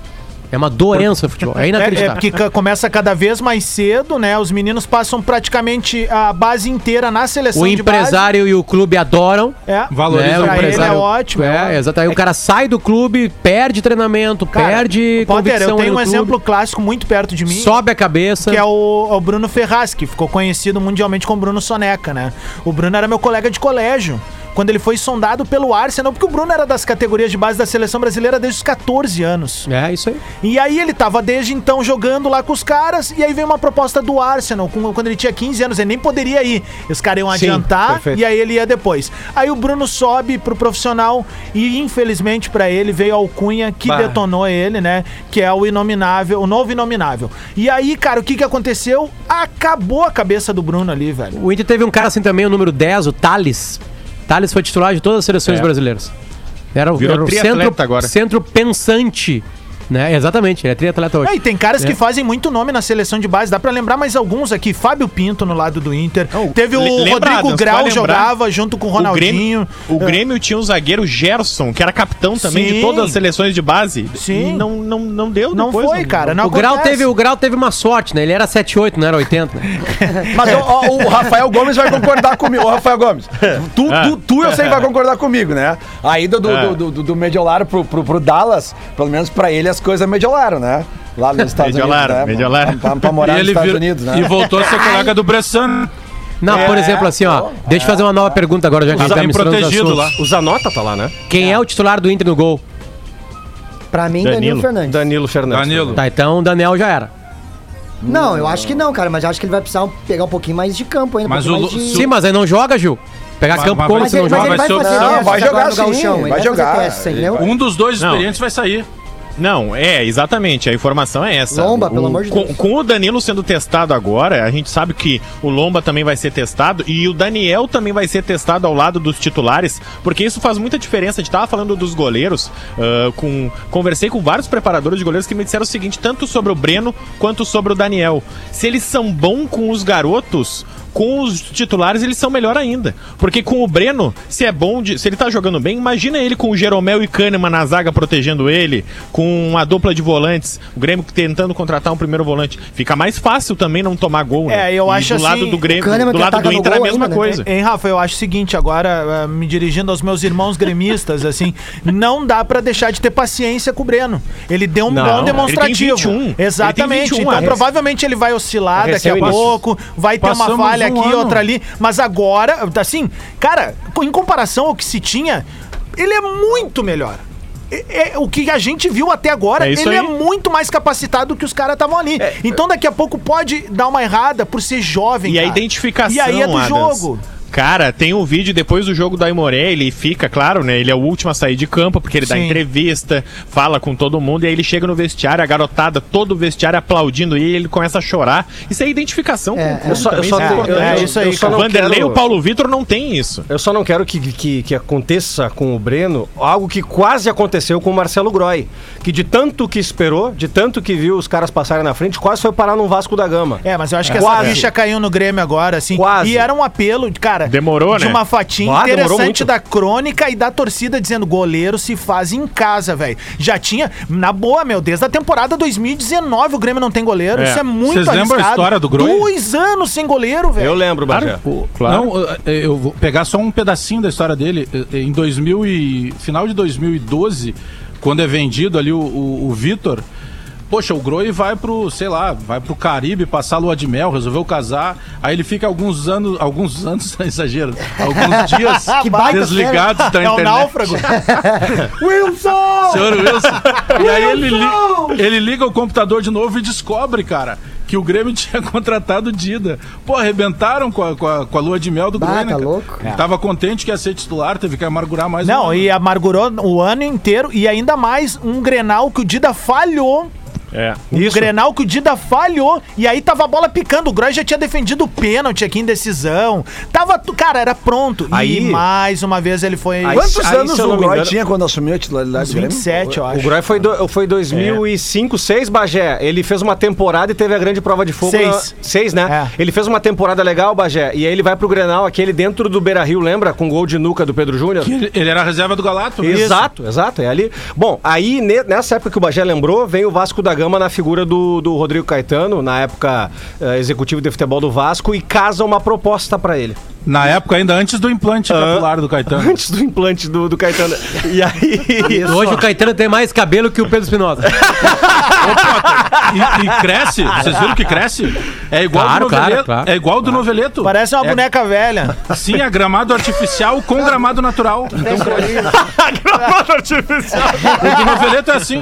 Speaker 6: É uma doença do futebol. É inacreditável.
Speaker 3: É, é porque ca- começa cada vez mais cedo, né? Os meninos passam praticamente a base inteira na seleção
Speaker 6: O
Speaker 3: de
Speaker 6: empresário e o clube adoram.
Speaker 3: base. É.
Speaker 7: Valoriza
Speaker 6: né?
Speaker 3: pra
Speaker 6: o
Speaker 3: ele,
Speaker 6: empresário
Speaker 3: é ótimo, é
Speaker 6: É,
Speaker 3: ótimo.
Speaker 6: exato. Aí o cara sai do clube, perde treinamento,
Speaker 3: Cara,
Speaker 6: perde
Speaker 3: Potter,
Speaker 6: convicção
Speaker 3: eu
Speaker 6: aí
Speaker 3: tenho
Speaker 6: no
Speaker 3: um
Speaker 6: clube,
Speaker 3: exemplo clássico muito perto de mim.
Speaker 6: sobe a cabeça.
Speaker 3: Que é o, é o Bruno Ferraz, que ficou conhecido mundialmente como Bruno Soneca, né? O Bruno era meu colega de colégio. Quando ele foi sondado pelo Arsenal, porque o Bruno era das categorias de base da seleção brasileira desde os 14 anos.
Speaker 6: É, isso aí.
Speaker 3: E aí ele tava desde então jogando lá com os caras, e aí veio uma proposta do Arsenal, com- quando ele tinha 15 anos, ele nem poderia ir. Os caras iam adiantar,
Speaker 9: perfeito.
Speaker 3: e aí ele ia depois. Aí o Bruno sobe pro profissional, e infelizmente pra ele veio a alcunha que detonou ele, né? Que é o inominável, o novo inominável. E aí, cara, o que que aconteceu? Acabou a cabeça do Bruno ali, velho.
Speaker 6: O Inter teve um cara assim também, o número 10, o Thales. Thales foi titular de todas as seleções
Speaker 8: É.
Speaker 6: brasileiras. Era, o-
Speaker 8: Virou
Speaker 6: era o
Speaker 8: triatleta
Speaker 6: centro,
Speaker 8: agora.
Speaker 6: centro pensante. Né? Exatamente, ele é triatleta hoje.
Speaker 3: É, e tem caras
Speaker 6: É.
Speaker 3: que fazem muito nome na seleção de base. Dá pra lembrar mais alguns aqui. Fábio Pinto no lado do Inter. Teve o
Speaker 8: le- lembra,
Speaker 3: Rodrigo
Speaker 8: Adams,
Speaker 3: Grau
Speaker 8: vai lembrar?
Speaker 3: jogava junto com o Ronaldinho.
Speaker 8: O Grêmio, o Grêmio tinha um zagueiro Gerson, que era capitão também
Speaker 3: Sim.
Speaker 8: de todas as seleções de base.
Speaker 3: Sim.
Speaker 8: E não, não, não deu
Speaker 3: Não
Speaker 8: depois,
Speaker 3: foi, cara. Não
Speaker 6: o, Grau
Speaker 3: acontece.
Speaker 6: teve, o Grau teve uma sorte, né? Ele era 7,8, não era 80. Né?
Speaker 4: Mas ó, ó, o, Rafael Gomes vai concordar comigo. Ô, Rafael Gomes, tu, tu, tu eu sei que vai concordar comigo, né? A ida do, do, do, do Mediolaro pro, pro, pro Dallas, pelo menos pra ele as coisas mediolaram, né? Lá nos Estados
Speaker 8: Mediolaro,
Speaker 4: Unidos. né?
Speaker 8: mediolaro.
Speaker 4: Pra, pra morar
Speaker 7: E
Speaker 4: nos
Speaker 7: ele
Speaker 4: Estados
Speaker 7: vir-
Speaker 4: Unidos, né?
Speaker 7: e voltou a ser colega do Bressan.
Speaker 6: Não,
Speaker 7: É.
Speaker 6: por exemplo, assim, ó. deixa eu fazer uma nova pergunta agora, já que a gente
Speaker 7: Tá
Speaker 6: tá
Speaker 7: bem
Speaker 6: misturando os
Speaker 7: protegido
Speaker 6: assuntos.
Speaker 7: lá.
Speaker 9: O Zanota tá lá, né?
Speaker 6: Quem é. o titular do Inter no gol?
Speaker 2: Pra mim, Danilo, Fernandes.
Speaker 9: Danilo Fernandes.
Speaker 7: Danilo.
Speaker 6: Tá, então o Daniel já era.
Speaker 2: Não, eu acho que não, cara, mas eu acho que ele vai precisar pegar um pouquinho mais de campo ainda. um
Speaker 7: Mas
Speaker 2: pouquinho
Speaker 7: o
Speaker 2: mais
Speaker 7: Lu-
Speaker 2: de-
Speaker 7: se
Speaker 6: Sim, mas aí não joga, Gil. Pegar
Speaker 7: Mas-
Speaker 6: campo
Speaker 7: mas vai
Speaker 6: como
Speaker 7: um
Speaker 2: Mas
Speaker 6: se
Speaker 7: ser-
Speaker 6: não
Speaker 2: ele, mas
Speaker 6: joga?
Speaker 7: vai ser-
Speaker 2: ele vai fazer
Speaker 4: Não,
Speaker 2: testes
Speaker 4: vai
Speaker 2: agora
Speaker 4: jogar
Speaker 2: no Gauchão,
Speaker 4: sim,
Speaker 2: ele
Speaker 4: vai
Speaker 2: fazer
Speaker 4: jogar.
Speaker 2: testes, entendeu?
Speaker 7: Um dos dois
Speaker 8: Não.
Speaker 7: experientes vai sair.
Speaker 8: Não, é, exatamente. A informação é essa.
Speaker 2: Lomba,
Speaker 8: O-
Speaker 2: pelo amor de
Speaker 8: com,
Speaker 2: Deus.
Speaker 8: Com o Danilo sendo testado agora, a gente sabe que o Lomba também vai ser testado e o Daniel também vai ser testado ao lado dos titulares, porque isso faz muita diferença. A gente tava falando dos goleiros, ah, com, conversei com vários preparadores de goleiros que me disseram o seguinte, tanto sobre o Breno quanto sobre o Daniel. Se eles são bons com os garotos, com os titulares eles são melhor ainda. Porque com o Breno, se é bom, de- se ele tá jogando bem, imagina ele com o Jeromel e Kahneman na zaga protegendo ele, com a dupla de volantes, o Grêmio tentando contratar um primeiro volante. Fica mais fácil também não tomar gol, né?
Speaker 3: É, eu
Speaker 8: E
Speaker 3: acho
Speaker 8: do lado
Speaker 3: assim,
Speaker 8: do Grêmio,
Speaker 2: o Kahneman
Speaker 8: do
Speaker 2: que
Speaker 8: lado
Speaker 2: ataca
Speaker 8: do
Speaker 2: no
Speaker 8: Inter é a
Speaker 2: gol
Speaker 8: mesma
Speaker 2: ainda, né?
Speaker 8: coisa.
Speaker 3: Hein, Rafa, eu acho o seguinte, agora, eh, me dirigindo aos meus irmãos gremistas, assim, não dá pra deixar de ter paciência com o Breno. Ele deu um
Speaker 8: Não,
Speaker 3: bom
Speaker 8: ele tem
Speaker 3: demonstrativo.
Speaker 8: 21. Ele
Speaker 3: Exatamente.
Speaker 8: tem 21,
Speaker 3: então,
Speaker 8: é.
Speaker 3: provavelmente ele vai oscilar daqui a
Speaker 9: Recém-início.
Speaker 3: pouco, vai ter uma
Speaker 7: Passamos um
Speaker 3: falha aqui,
Speaker 7: ano.
Speaker 3: outra ali. Mas agora, assim, cara, em comparação ao que se tinha, ele é muito melhor. É, é o que a gente viu até agora,
Speaker 8: É isso
Speaker 3: ele é
Speaker 8: aí. É,
Speaker 3: muito mais capacitado que os caras estavam ali. então daqui a pouco pode dar uma errada por ser jovem.
Speaker 8: E a
Speaker 3: cara.
Speaker 8: identificação,
Speaker 3: E aí é do
Speaker 8: Adams.
Speaker 3: jogo.
Speaker 8: Cara, tem um vídeo depois do jogo do Aimoré, ele fica, claro, né? Ele é o último a sair de campo, porque ele dá
Speaker 3: Sim.
Speaker 8: entrevista, fala com todo mundo, e aí ele chega no vestiário, a garotada, todo o vestiário aplaudindo, e ele começa a chorar. Isso é identificação
Speaker 2: É,
Speaker 8: com
Speaker 2: é.
Speaker 8: o
Speaker 2: Eu
Speaker 9: só- eu só
Speaker 8: é,
Speaker 9: tenho-
Speaker 3: eu- eu-
Speaker 8: isso
Speaker 3: eu
Speaker 8: aí.
Speaker 9: só
Speaker 8: cara.
Speaker 9: não
Speaker 8: O Vanderlei e
Speaker 9: quero-
Speaker 8: o Paulo Vitor não tem isso.
Speaker 9: Eu só não quero que, que, que aconteça com o Breno algo que quase aconteceu com o Marcelo Groy, que de tanto que esperou, de tanto que viu os caras passarem na frente, quase foi parar no Vasco da Gama.
Speaker 3: É, mas eu acho que
Speaker 9: Quase.
Speaker 3: essa ficha caiu no Grêmio agora, assim.
Speaker 9: Quase.
Speaker 3: E era um apelo, de- cara.
Speaker 8: Demorou,
Speaker 3: de
Speaker 8: né?
Speaker 3: uma fatia
Speaker 9: Ah, demorou
Speaker 3: interessante
Speaker 9: muito.
Speaker 3: da crônica e da torcida dizendo: goleiro se faz em casa, velho. Já tinha, na boa, meu, desde a temporada 2019 o Grêmio não tem goleiro.
Speaker 8: É.
Speaker 3: Isso é muito
Speaker 7: Vocês lembram a história do Grohe?
Speaker 3: Dois anos sem goleiro,
Speaker 9: Eu
Speaker 3: velho.
Speaker 9: lembro, Bagé.
Speaker 7: Não, eu- eu vou pegar só um pedacinho da história dele. Eh, Em 2000 e final de 2012, quando é vendido ali o, o, o Vitor, poxa, o Groi vai pro, sei lá, vai pro Caribe passar lua de mel, resolveu casar, aí ele fica alguns anos, alguns anos, [LAUGHS] exagero, alguns
Speaker 3: [LAUGHS]
Speaker 7: dias
Speaker 2: Que baita
Speaker 7: desligado da
Speaker 3: É o
Speaker 7: internet.
Speaker 3: náufrago.
Speaker 7: [LAUGHS] Senhor Wilson. E aí ele, li- ele liga o computador de novo e descobre, cara, que o Grêmio [LAUGHS] tinha contratado o Dida. Pô, arrebentaram com a, com a, com a lua de mel do
Speaker 2: Bah,
Speaker 7: Grêmio.
Speaker 2: tá
Speaker 7: cara.
Speaker 2: louco?
Speaker 7: Ele Tava contente que ia ser titular, teve que amargurar mais um
Speaker 3: Não,
Speaker 7: ano.
Speaker 3: e amargurou o ano inteiro e ainda mais um Grenal que o Dida falhou.
Speaker 8: É.
Speaker 3: O Grenal que o Dida falhou e aí tava a bola picando. O Groy já tinha defendido o pênalti aqui em decisão. Tava, tu- cara, era pronto.
Speaker 9: Aí-
Speaker 3: e mais uma vez ele foi
Speaker 4: Quantos
Speaker 9: aí,
Speaker 4: anos
Speaker 9: se eu não
Speaker 4: o
Speaker 9: me
Speaker 4: Groy
Speaker 9: engano-
Speaker 4: tinha quando assumiu a titularidade do Grêmio?
Speaker 3: 27, eu
Speaker 9: O
Speaker 3: acho.
Speaker 9: Groy foi, do, foi 2005, 6, Bagé. Ele fez uma temporada e teve a grande prova de fogo.
Speaker 3: Seis.
Speaker 9: na- seis, né?
Speaker 3: É.
Speaker 9: Ele fez uma temporada legal, Bagé. E aí ele vai pro Grenal, aquele dentro do Beira Rio, lembra? Com gol de nuca do Pedro Júnior.
Speaker 7: Que Ele, ele era a reserva do Galato. né?
Speaker 9: Exato, exato, é ali. Bom, aí ne- nessa época que o Bagé lembrou, vem o Vasco da Gama na figura do, do Rodrigo Caetano, na época eh, executivo de futebol do Vasco, e casa uma proposta pra ele. [LAUGHS]
Speaker 7: Na época, ainda antes do implante
Speaker 3: Ah.
Speaker 7: capilar do
Speaker 3: [LAUGHS]
Speaker 7: Caetano.
Speaker 9: Antes do implante do, do Caetano. E
Speaker 4: [LAUGHS]
Speaker 9: aí.
Speaker 6: Hoje o Caetano tem mais cabelo que o Pedro Espinosa.
Speaker 7: E, e cresce, vocês viram que cresce? É igual
Speaker 6: Claro,
Speaker 7: do
Speaker 6: claro,
Speaker 7: noveleto.
Speaker 6: claro.
Speaker 7: É igual do noveleto.
Speaker 3: Parece uma
Speaker 7: É-
Speaker 3: boneca velha.
Speaker 7: Sim, é gramado artificial com gramado natural.
Speaker 2: é
Speaker 7: Então, o do noveleto é assim.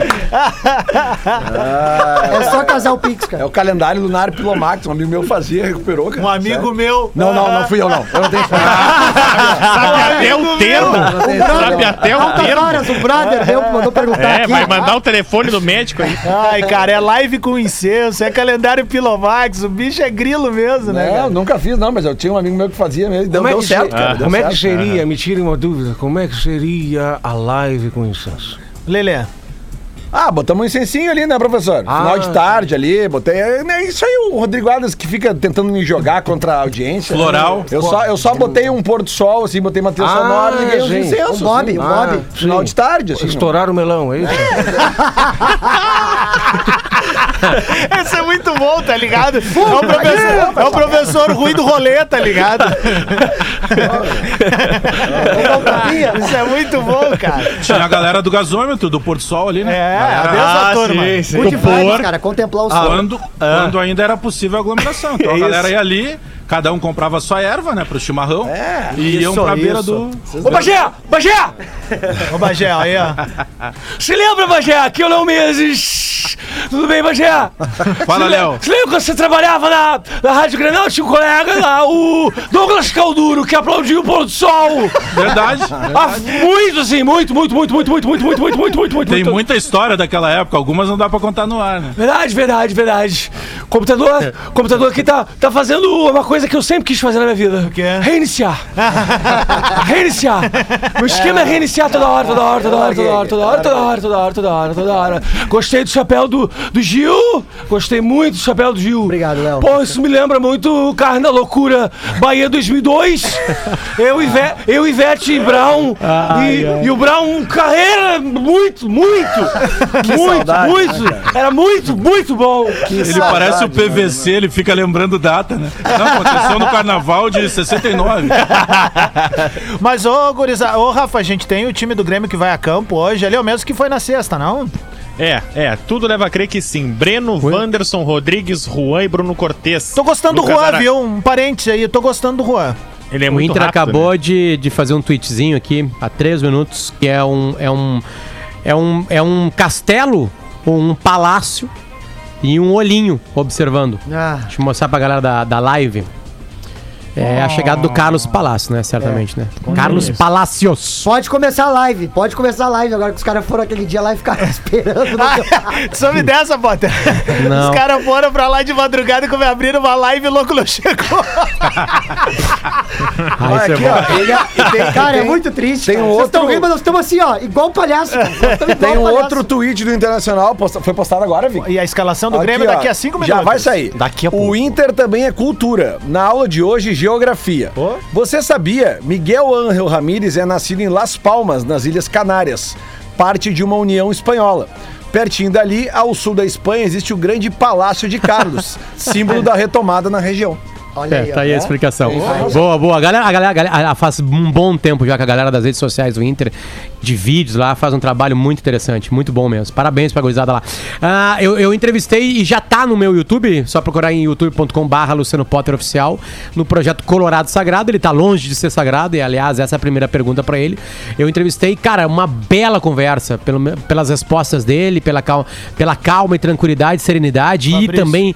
Speaker 2: É só casar o Pix,
Speaker 4: É
Speaker 2: cara.
Speaker 4: o calendário lunar Pilomax, um amigo meu fazia, recuperou, cara.
Speaker 3: Um amigo
Speaker 9: É.
Speaker 4: Sério?
Speaker 3: meu.
Speaker 4: Não, não, não fui eu, não. Eu não tenho
Speaker 8: Sabe até o termo. Sabe até o termo.
Speaker 2: Horas, o
Speaker 4: Ah,
Speaker 2: brother deu, mandou
Speaker 3: tá
Speaker 2: perguntar
Speaker 8: É,
Speaker 2: aqui.
Speaker 8: vai mandar o telefone do médico aí.
Speaker 3: Ai, cara, é live com incenso, é calendário Pilovax, o bicho é grilo mesmo, né?
Speaker 4: Não,
Speaker 3: cara?
Speaker 4: nunca fiz, não, mas eu tinha um amigo meu que fazia mesmo. e Deu, deu certo, cara. deu
Speaker 9: como é que
Speaker 4: certo.
Speaker 9: seria? Me tire uma dúvida. Como é que seria a live com incenso?
Speaker 3: Lelê.
Speaker 4: Ah, botamos um incensinho ali, né, professor?
Speaker 7: Ah.
Speaker 4: Final de tarde ali, botei. É é isso aí, o Rodrigo Adams que fica tentando me jogar contra a audiência. né?
Speaker 7: Floral.
Speaker 4: Eu só, eu só botei um pôr do sol, assim, botei uma trilha
Speaker 9: Ah,
Speaker 4: sonora, liguei uns
Speaker 9: gente.
Speaker 4: incensos.
Speaker 2: O Bob,
Speaker 4: assim.
Speaker 2: o Bob.
Speaker 4: Final de tarde, assim.
Speaker 9: Estourar o melão, é isso?
Speaker 3: Esse é muito bom, tá ligado? [LAUGHS] É o professor, é o professor ruim do rolê, tá [LAUGHS] ligado? Isso é muito bom, cara.
Speaker 7: Tinha a galera do gasômetro, do Porto Sol ali, né?
Speaker 4: [LAUGHS]
Speaker 3: É,
Speaker 4: Ah,
Speaker 3: adeus a turma.
Speaker 7: Ah,
Speaker 10: Ah,
Speaker 2: Good vibes, cara, contemplar o sol.
Speaker 7: Quando, quando ainda era possível a aglomeração. Então a galera ia ali, Cada um comprava sua erva, né? Pro chimarrão. É. E iam
Speaker 10: isso,
Speaker 7: pra beira
Speaker 10: isso.
Speaker 7: do.
Speaker 10: Ô, Bagé! Bagé!
Speaker 3: Ô, Bagé, aí, ó.
Speaker 10: Se lembra, Bagé? Aqui é o Léo Menezes. Tudo bem, Bagé?
Speaker 7: Fala,
Speaker 10: Se le-
Speaker 7: Léo.
Speaker 10: Se lembra quando você trabalhava na, na Rádio Grenal? Tinha um colega lá, o Douglas Calduro, que aplaudiu o pôr do sol.
Speaker 7: Verdade.
Speaker 10: [LAUGHS] Ah, muito, assim, muito, muito, muito, muito, muito, muito, muito, muito, muito, muito, muito.
Speaker 7: Tem muita história daquela época, algumas não dá pra contar no ar, né?
Speaker 10: Verdade, verdade, verdade. Computador, computador aqui tá, tá fazendo uma coisa que eu sempre quis fazer na minha vida. O quê? Reiniciar. [LAUGHS] reiniciar. Meu esquema é reiniciar toda hora, toda hora, toda hora, toda hora, toda hora, toda hora, toda hora, toda hora, toda hora. Gostei do chapéu do, do Gil. Gostei muito do chapéu do Gil. Obrigado, Léo. Pô, isso me lembra muito Carne da Loucura, Bahia 2002. Eu, Ive, eu Ivete e Brown. e, e o Brown, carreira muito, [LAUGHS] muito, muito,
Speaker 7: saudade,
Speaker 4: né?
Speaker 10: muito.
Speaker 4: Ah,
Speaker 10: Era muito, muito bom.
Speaker 7: ele parece o
Speaker 10: né?
Speaker 7: PVC, ele fica lembrando data, né? Não, aconteceu no carnaval de 69.
Speaker 3: Mas, ô, guriza, ô, Rafa, a gente tem o time do Grêmio que vai a campo hoje. Ali é o mesmo que foi na sexta, não?
Speaker 8: É, é, tudo leva a crer que sim. Breno, Wanderson, Rodrigues, Juan e Bruno Cortes.
Speaker 3: Tô gostando do
Speaker 8: Lucas
Speaker 3: Juan,
Speaker 8: Ara-
Speaker 3: viu? Um parente aí, tô gostando do Juan.
Speaker 8: Ele é
Speaker 6: o
Speaker 8: muito
Speaker 6: Inter
Speaker 8: rápido,
Speaker 6: acabou
Speaker 8: né?
Speaker 6: de, de fazer um tweetzinho aqui há três minutos, que é um. É um, é um, é um castelo, ou um palácio e um olhinho observando.
Speaker 2: Ah,
Speaker 6: Deixa eu mostrar pra galera da, da live. É a chegada do Carlos Palácio, né? Certamente, né? Carlos Palacios.
Speaker 2: pode começar a live, pode começar a live. Agora que os caras foram aquele dia lá e ficaram [LAUGHS] esperando. no-
Speaker 4: Hum.
Speaker 3: Soube dessa,
Speaker 4: [LAUGHS]
Speaker 3: Bota.
Speaker 6: Não.
Speaker 3: Os caras foram pra lá de madrugada e como abriram uma live e louco não chegou.
Speaker 6: Aí você
Speaker 4: Aqui, ó. Ele, e tem,
Speaker 2: Cara, é
Speaker 4: tem-
Speaker 2: muito triste.
Speaker 4: tem um
Speaker 2: cara. Vocês
Speaker 4: outro-
Speaker 2: estão rindo, mas nós estamos assim, ó, igual um palhaço. Nós
Speaker 4: [LAUGHS]
Speaker 2: tamo igual
Speaker 4: Tem um
Speaker 2: palhaço.
Speaker 4: outro tweet do Internacional, posta- foi postado agora, Vic.
Speaker 3: E a escalação do Grêmio
Speaker 4: ó,
Speaker 3: daqui a cinco minutos.
Speaker 4: Já vai sair.
Speaker 6: Daqui a
Speaker 4: O
Speaker 6: pouco.
Speaker 4: Inter também é cultura. Na aula de hoje, geografia. Você sabia? Miguel Ángel Ramírez é nascido em Las Palmas, nas Ilhas Canárias, parte de uma união espanhola. Pertinho dali, ao sul da Espanha, existe o grande Palácio de
Speaker 3: [LAUGHS]
Speaker 4: Carlos, símbolo da retomada na região.
Speaker 2: Olha
Speaker 6: É,
Speaker 2: aí, ó.
Speaker 6: tá aí a explicação. Boa, boa. A galera, a galera, a galera a- faz um bom tempo já que a galera das redes sociais do Inter, de vídeos lá, faz um trabalho muito interessante, muito bom mesmo. Parabéns pra gurizada lá. Ah, eu, eu entrevistei e já tá no meu YouTube, só procurar em youtube.com/barra Luciano Potter Oficial, no projeto Colorado Sagrado. Ele tá longe de ser sagrado, e aliás, essa é a primeira pergunta pra ele. Eu entrevistei, cara, uma bela conversa, pelo me- pelas respostas dele, pela calma, pela calma e tranquilidade, serenidade e também.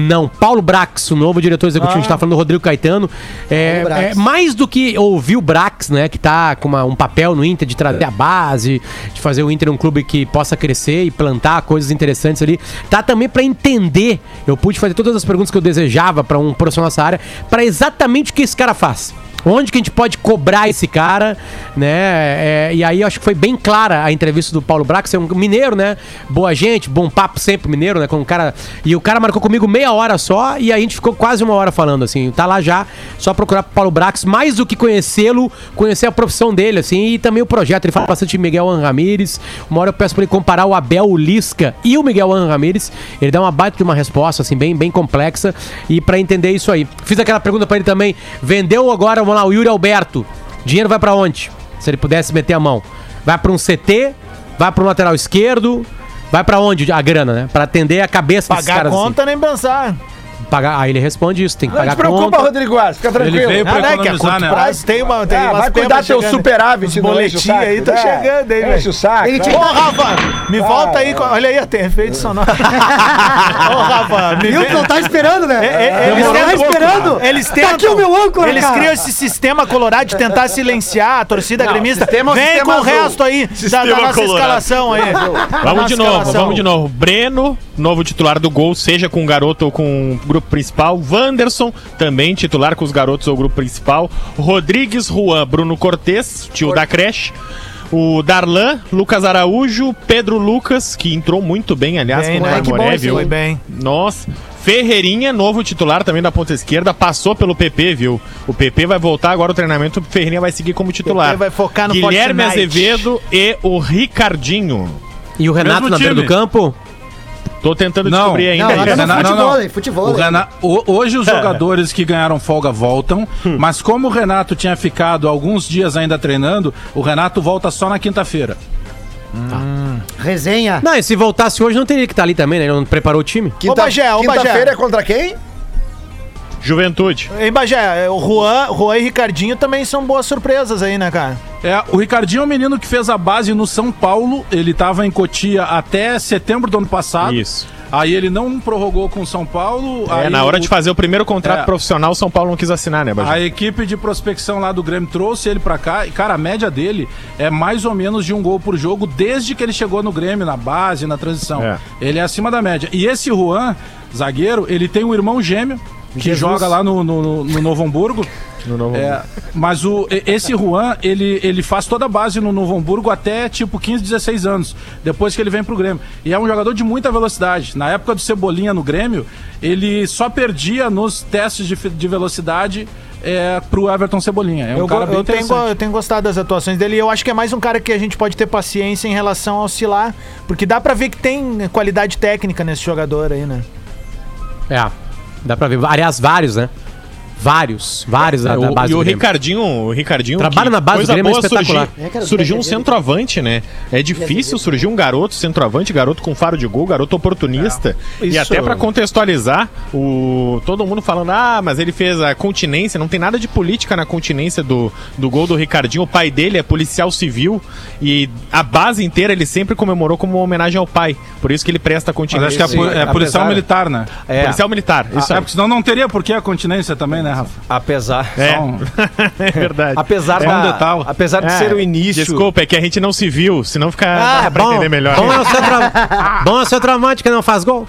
Speaker 6: Não, Paulo Brax, o novo diretor executivo, a gente tá falando do Rodrigo Caetano. É,
Speaker 2: Brax.
Speaker 6: é mais do que ouvir o Brax, né, que tá com uma- um papel no Inter de trazer a base, de fazer o Inter um clube que possa crescer e plantar coisas interessantes ali. Tá também pra entender. Eu pude fazer todas as perguntas que eu desejava pra um profissional nessa área, pra exatamente o que esse cara faz. Onde que a gente pode cobrar esse cara, né? É, e aí eu acho que foi bem clara a entrevista do Paulo Brax, é um mineiro, né? Boa gente, bom papo sempre mineiro, né? Com o cara e o cara marcou comigo meia hora só e a gente ficou quase uma hora falando assim. Tá lá já, só procurar pro Paulo Brax, mais do que conhecê-lo, conhecer a profissão dele assim e também o projeto. Ele fala bastante de Miguel Ángel Ramírez. Uma hora eu peço pra ele comparar o Abel Lisca e o Miguel Ángel Ramírez. Ele dá uma baita de uma resposta assim bem bem complexa e pra entender isso aí. Fiz aquela pergunta pra ele também. Vendeu agora, vamos lá, o Yuri Alberto. Dinheiro vai pra onde? Se ele pudesse meter a mão. Vai pra um CT, vai pra um lateral esquerdo, vai pra onde a grana, né? Pra atender a cabeça desses
Speaker 3: Pagar a
Speaker 6: caras, assim.
Speaker 3: conta nem pensar.
Speaker 6: Pagar, aí ele responde isso, tem que
Speaker 4: Não te
Speaker 6: pagar
Speaker 4: preocupa,
Speaker 6: conta.
Speaker 4: Rodrigo Guares, fica tranquilo.
Speaker 7: Ele veio pra
Speaker 3: Ah, né,
Speaker 10: é
Speaker 3: que a
Speaker 7: economizar,
Speaker 3: curto
Speaker 7: né?
Speaker 3: prazo tem uma. Tem
Speaker 4: Ah,
Speaker 3: umas
Speaker 4: vai cuidar
Speaker 3: penas
Speaker 4: teu
Speaker 3: chegando.
Speaker 4: superávit, né,
Speaker 3: Os boletim aí tá chegando aí,
Speaker 4: velho.
Speaker 3: velho.
Speaker 4: É, o saco.
Speaker 2: Ele
Speaker 4: né?
Speaker 2: tinha
Speaker 3: Ô, Rafa, me volta aí. com- Olha aí, tem efeito
Speaker 2: [LAUGHS]
Speaker 3: sonoro. Ô, Rafa, me
Speaker 2: Viu?
Speaker 3: vem-
Speaker 2: Tu não tá esperando, né?
Speaker 3: É, é, eles
Speaker 2: Demorou
Speaker 3: tentam,
Speaker 2: um pouco,
Speaker 3: esperando.
Speaker 2: cara.
Speaker 3: Eles tentam.
Speaker 2: Tá aqui o meu âncora,
Speaker 3: Eles
Speaker 2: cara.
Speaker 3: criam esse sistema colorado de tentar silenciar a torcida gremista.
Speaker 4: sistema é o
Speaker 3: Vem
Speaker 4: sistema
Speaker 3: com o
Speaker 4: azul.
Speaker 3: resto aí da, da
Speaker 8: Sistema
Speaker 3: nossa
Speaker 8: colorado.
Speaker 3: escalação aí.
Speaker 8: Vamos de novo, vamos de novo. Breno, novo titular do gol, seja com o garoto ou com o grupo principal. Wanderson, também titular com os garotos ou grupo principal. Rodrigues, Juan, Bruno Cortes, tio da creche. O Darlan, Lucas Araújo, Pedro Lucas, que entrou muito bem, aliás,
Speaker 3: Bem,
Speaker 8: com
Speaker 3: né?
Speaker 8: o
Speaker 3: Que bom
Speaker 8: Armoré,
Speaker 3: esse
Speaker 8: viu?
Speaker 3: foi bem.
Speaker 8: Nossa. Ferreirinha, novo titular também da ponta esquerda, passou pelo PP, viu? O PP vai voltar agora o treinamento, o Ferreirinha vai seguir como titular.
Speaker 3: PP vai focar no
Speaker 8: Guilherme
Speaker 3: Fortnite.
Speaker 8: Azevedo e o Ricardinho.
Speaker 6: E o Renato
Speaker 7: Mesmo
Speaker 6: na beira
Speaker 7: time.
Speaker 6: do campo?
Speaker 8: Tô tentando
Speaker 7: Não.
Speaker 8: descobrir ainda.
Speaker 2: Não, lá
Speaker 7: Renan-
Speaker 2: tá no
Speaker 7: não,
Speaker 2: futebol,
Speaker 7: não.
Speaker 2: hein, futebol. é.
Speaker 7: O
Speaker 2: hein.
Speaker 7: Renato- ho- hoje
Speaker 8: É.
Speaker 7: os jogadores que ganharam folga voltam,
Speaker 8: Hum.
Speaker 7: mas como o Renato tinha ficado alguns dias ainda treinando, o Renato volta só na quinta-feira.
Speaker 2: Resenha.
Speaker 6: Não, tá e se voltasse hoje não teria que estar ali também, né? Ele não preparou o time.
Speaker 4: Quinta-
Speaker 9: é
Speaker 3: Bagé, ô,
Speaker 4: Quinta-feira
Speaker 3: Bagé.
Speaker 4: é contra quem?
Speaker 8: Juventude.
Speaker 3: Ei, Bagé, o Juan, Juan e Ricardinho também são boas surpresas aí, né, cara?
Speaker 7: É, o Ricardinho é um menino que fez a base no São Paulo. Ele estava em Cotia até setembro do ano passado.
Speaker 8: Isso.
Speaker 7: Aí ele não prorrogou com o São Paulo.
Speaker 8: É,
Speaker 7: aí
Speaker 8: na hora
Speaker 7: o-
Speaker 8: de fazer o primeiro contrato
Speaker 7: É.
Speaker 8: profissional, o São Paulo não quis assinar, né, Bajé?
Speaker 7: A equipe de prospecção lá do Grêmio trouxe ele pra cá e, cara, a média dele é mais ou menos de um gol por jogo desde que ele chegou no Grêmio, na base, na transição.
Speaker 8: É.
Speaker 7: Ele é acima da média. E esse Juan, zagueiro, ele tem um irmão gêmeo que
Speaker 8: Jesus.
Speaker 7: joga lá no, no, no- no Novo Hamburgo. É, mas o, e- esse Juan, ele, ele faz toda a base no Novo Hamburgo até tipo 15, 16 anos, depois que ele vem pro Grêmio. E é um jogador de muita velocidade. Na época do Cebolinha no Grêmio, ele só perdia nos testes de, fi- de velocidade é, pro Everton Cebolinha. É um
Speaker 3: eu,
Speaker 7: cara
Speaker 3: go-
Speaker 7: bem
Speaker 3: eu tenho, go-
Speaker 7: interessante.
Speaker 3: eu tenho gostado das atuações dele e eu acho que é mais um cara que a gente pode ter paciência em relação a oscilar, porque dá pra ver que tem qualidade técnica nesse jogador aí, né?
Speaker 6: É, dá pra ver. Aliás, vários, né? Vários, vários da,
Speaker 8: É,
Speaker 6: da
Speaker 8: o-
Speaker 6: base
Speaker 8: e
Speaker 6: do
Speaker 8: o
Speaker 6: Grêmio.
Speaker 8: Ricardinho, o Ricardinho
Speaker 6: Trabalho
Speaker 8: que
Speaker 6: na base do
Speaker 8: coisa
Speaker 6: Grêmio é
Speaker 8: boa
Speaker 6: espetacular.
Speaker 8: surgiu-
Speaker 2: É, cara,
Speaker 8: surgiu
Speaker 2: é,
Speaker 8: um
Speaker 2: é,
Speaker 8: centroavante, né? É difícil surgir um garoto centroavante, garoto com faro de gol, garoto oportunista. E
Speaker 6: É,
Speaker 9: Isso-
Speaker 8: até pra contextualizar, o todo mundo falando: "Ah, mas ele fez a continência, não tem nada de política na continência do, do gol do Ricardinho. O pai dele é policial civil e a base inteira ele sempre comemorou como uma homenagem ao pai. Por isso que ele presta a
Speaker 7: Mas
Speaker 8: continência.
Speaker 7: acho que é,
Speaker 8: Sim,
Speaker 7: po- é policial
Speaker 8: apesar-
Speaker 7: militar, né?
Speaker 9: É,
Speaker 8: Policial militar, isso
Speaker 7: Ah, é
Speaker 8: aí.
Speaker 7: porque senão não teria porque a continência também, né, Rafa?
Speaker 9: apesar.
Speaker 8: É.
Speaker 7: Só um-
Speaker 8: [LAUGHS] É verdade.
Speaker 9: Apesar,
Speaker 8: É um
Speaker 9: da,
Speaker 8: detalhe.
Speaker 9: apesar de
Speaker 8: É,
Speaker 9: ser o início.
Speaker 8: Desculpa, é que a gente não se viu, senão fica dava pra entender melhor.
Speaker 6: Bom é, o
Speaker 8: [LAUGHS]
Speaker 6: centroavante, bom é o centroavante que não faz gol.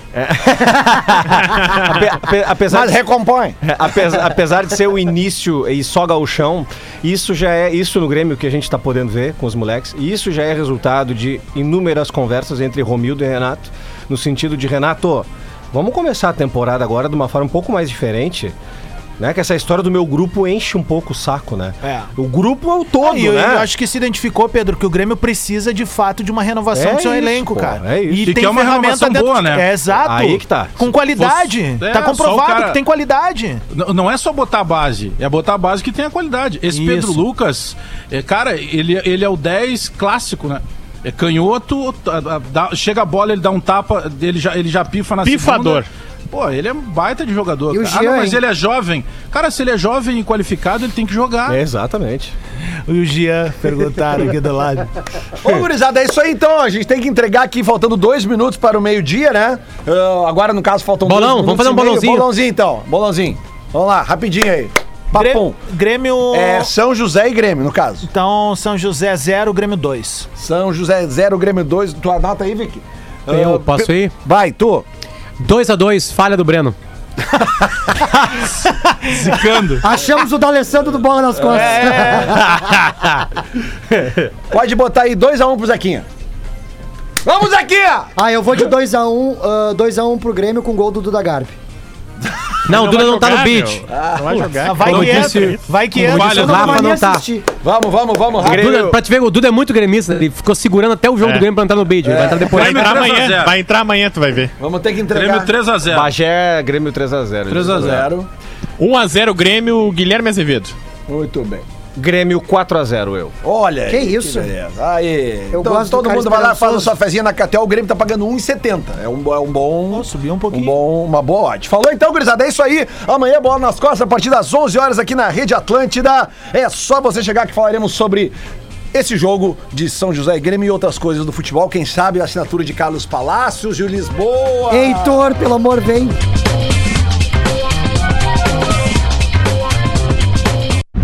Speaker 9: Ape- ape- apesar
Speaker 4: Mas recompõe.
Speaker 9: [LAUGHS] Apesar, apesar de ser o início e só gauchão, isso já é isso no Grêmio que a gente tá podendo ver com os moleques. E isso já é resultado de inúmeras conversas entre Romildo e Renato, no sentido de Renato, vamos começar a temporada agora de uma forma um pouco mais diferente. Né? Que essa história do meu grupo enche um pouco o saco, né?
Speaker 3: É.
Speaker 9: O grupo é o todo,
Speaker 3: E eu,
Speaker 9: né?
Speaker 3: eu acho que se identificou, Pedro, que o Grêmio precisa de fato de uma renovação
Speaker 9: É
Speaker 3: do seu
Speaker 9: isso,
Speaker 3: elenco,
Speaker 9: pô,
Speaker 3: cara.
Speaker 9: é isso.
Speaker 3: E,
Speaker 7: E
Speaker 3: tem
Speaker 7: que é uma
Speaker 3: ferramenta
Speaker 7: renovação
Speaker 3: dentro
Speaker 7: boa,
Speaker 3: de-
Speaker 7: né?
Speaker 3: É, exato.
Speaker 9: Aí que tá.
Speaker 3: Com qualidade.
Speaker 7: Fosse- É,
Speaker 3: tá comprovado
Speaker 7: só o cara-
Speaker 3: que tem qualidade.
Speaker 7: N- Não é só botar a base, é botar a base que tem a qualidade. Esse
Speaker 3: Isso.
Speaker 7: Pedro Lucas, é, cara, ele, ele é o 10 clássico, né? É canhoto, tá- tá- dá- chega a bola, ele dá um tapa, ele já, ele já pifa na
Speaker 8: Pifador.
Speaker 7: segunda. Pô, ele é um baita de jogador.
Speaker 2: E o
Speaker 7: cara. ah, não,
Speaker 2: Jean,
Speaker 7: mas
Speaker 2: hein?
Speaker 7: ele é jovem. Cara, se ele é jovem e qualificado, ele tem que jogar.
Speaker 9: É, exatamente.
Speaker 3: E o Jean perguntaram aqui do lado.
Speaker 4: Ô, gurizada, é isso aí então. A gente tem que entregar aqui faltando dois minutos para o meio-dia, né? Ah, agora, no caso, faltam
Speaker 6: Bolão,
Speaker 4: dois
Speaker 6: vamos fazer um
Speaker 4: e meio.
Speaker 6: bolãozinho?
Speaker 4: Bolãozinho então, bolãozinho. Vamos lá, rapidinho aí. Papum.
Speaker 3: Grê- Grêmio.
Speaker 4: É São José e Grêmio, no caso.
Speaker 3: Então, São José 0, Grêmio 2.
Speaker 4: São José 0, Grêmio 2. Tu anota aí, Vicky?
Speaker 6: Eu
Speaker 4: Ah,
Speaker 6: um, posso
Speaker 4: pe-
Speaker 6: ir?
Speaker 4: Vai, tu.
Speaker 6: 2x2, falha do Breno.
Speaker 7: Zicando.
Speaker 2: Achamos o D'Alessandro do Bola nas Costas.
Speaker 4: É. Pode botar aí 2x1 um pro Zequinha. Vamos, Zequinha!
Speaker 2: [LAUGHS] Ah, eu vou de 2x1 2x1 pro Grêmio com gol do Duda Garbi.
Speaker 6: Não, o Duda não tá no
Speaker 8: jogar,
Speaker 6: beat.
Speaker 8: meu. Ah, Não vai jogar.
Speaker 3: Vai
Speaker 6: Como
Speaker 3: que
Speaker 6: disse-
Speaker 3: entra. Vai que entra.
Speaker 6: disse o
Speaker 3: Eu não vou
Speaker 6: Rafa,
Speaker 3: nem
Speaker 6: não tá.
Speaker 2: assistir.
Speaker 4: Vamos, vamos, vamos,
Speaker 6: O
Speaker 4: rápido.
Speaker 6: Duda, pra te ver, o Duda é muito gremista. Ele ficou segurando até o jogo
Speaker 8: É.
Speaker 6: do Grêmio pra entrar no beat. Ele Vai entrar depois.
Speaker 8: Vai entrar
Speaker 7: 3 a
Speaker 8: amanhã,
Speaker 7: 0.
Speaker 8: vai entrar amanhã, tu vai ver.
Speaker 4: Vamos ter que
Speaker 7: Grêmio
Speaker 4: entregar.
Speaker 7: 3x0.
Speaker 9: Bagé, Grêmio 3x0.
Speaker 7: 3x0.
Speaker 8: 1x0 Grêmio, Guilherme Azevedo.
Speaker 4: Muito bem.
Speaker 9: Grêmio 4x0, eu.
Speaker 4: Olha
Speaker 2: Que
Speaker 4: aí,
Speaker 2: isso?
Speaker 4: beleza. Aí.
Speaker 2: Eu
Speaker 4: então,
Speaker 2: gosto do
Speaker 4: todo
Speaker 2: cara
Speaker 4: mundo vai lá, faz a
Speaker 2: esperançoso.
Speaker 4: sua fezinha na Catel. O Grêmio tá pagando 1,70. É um, bo- é um bom.
Speaker 3: Ó, subiu um
Speaker 4: Um
Speaker 3: pouquinho.
Speaker 4: bom, uma boa ódio. Falou então, gurizada, é isso aí. Amanhã, bola nas costas, a partir das 11 horas aqui na Rede Atlântida. É só você chegar que falaremos sobre esse jogo de São José e Grêmio e outras coisas do futebol. Quem sabe a assinatura de Carlos Palácios e o Lisboa.
Speaker 2: Heitor, pelo amor, vem.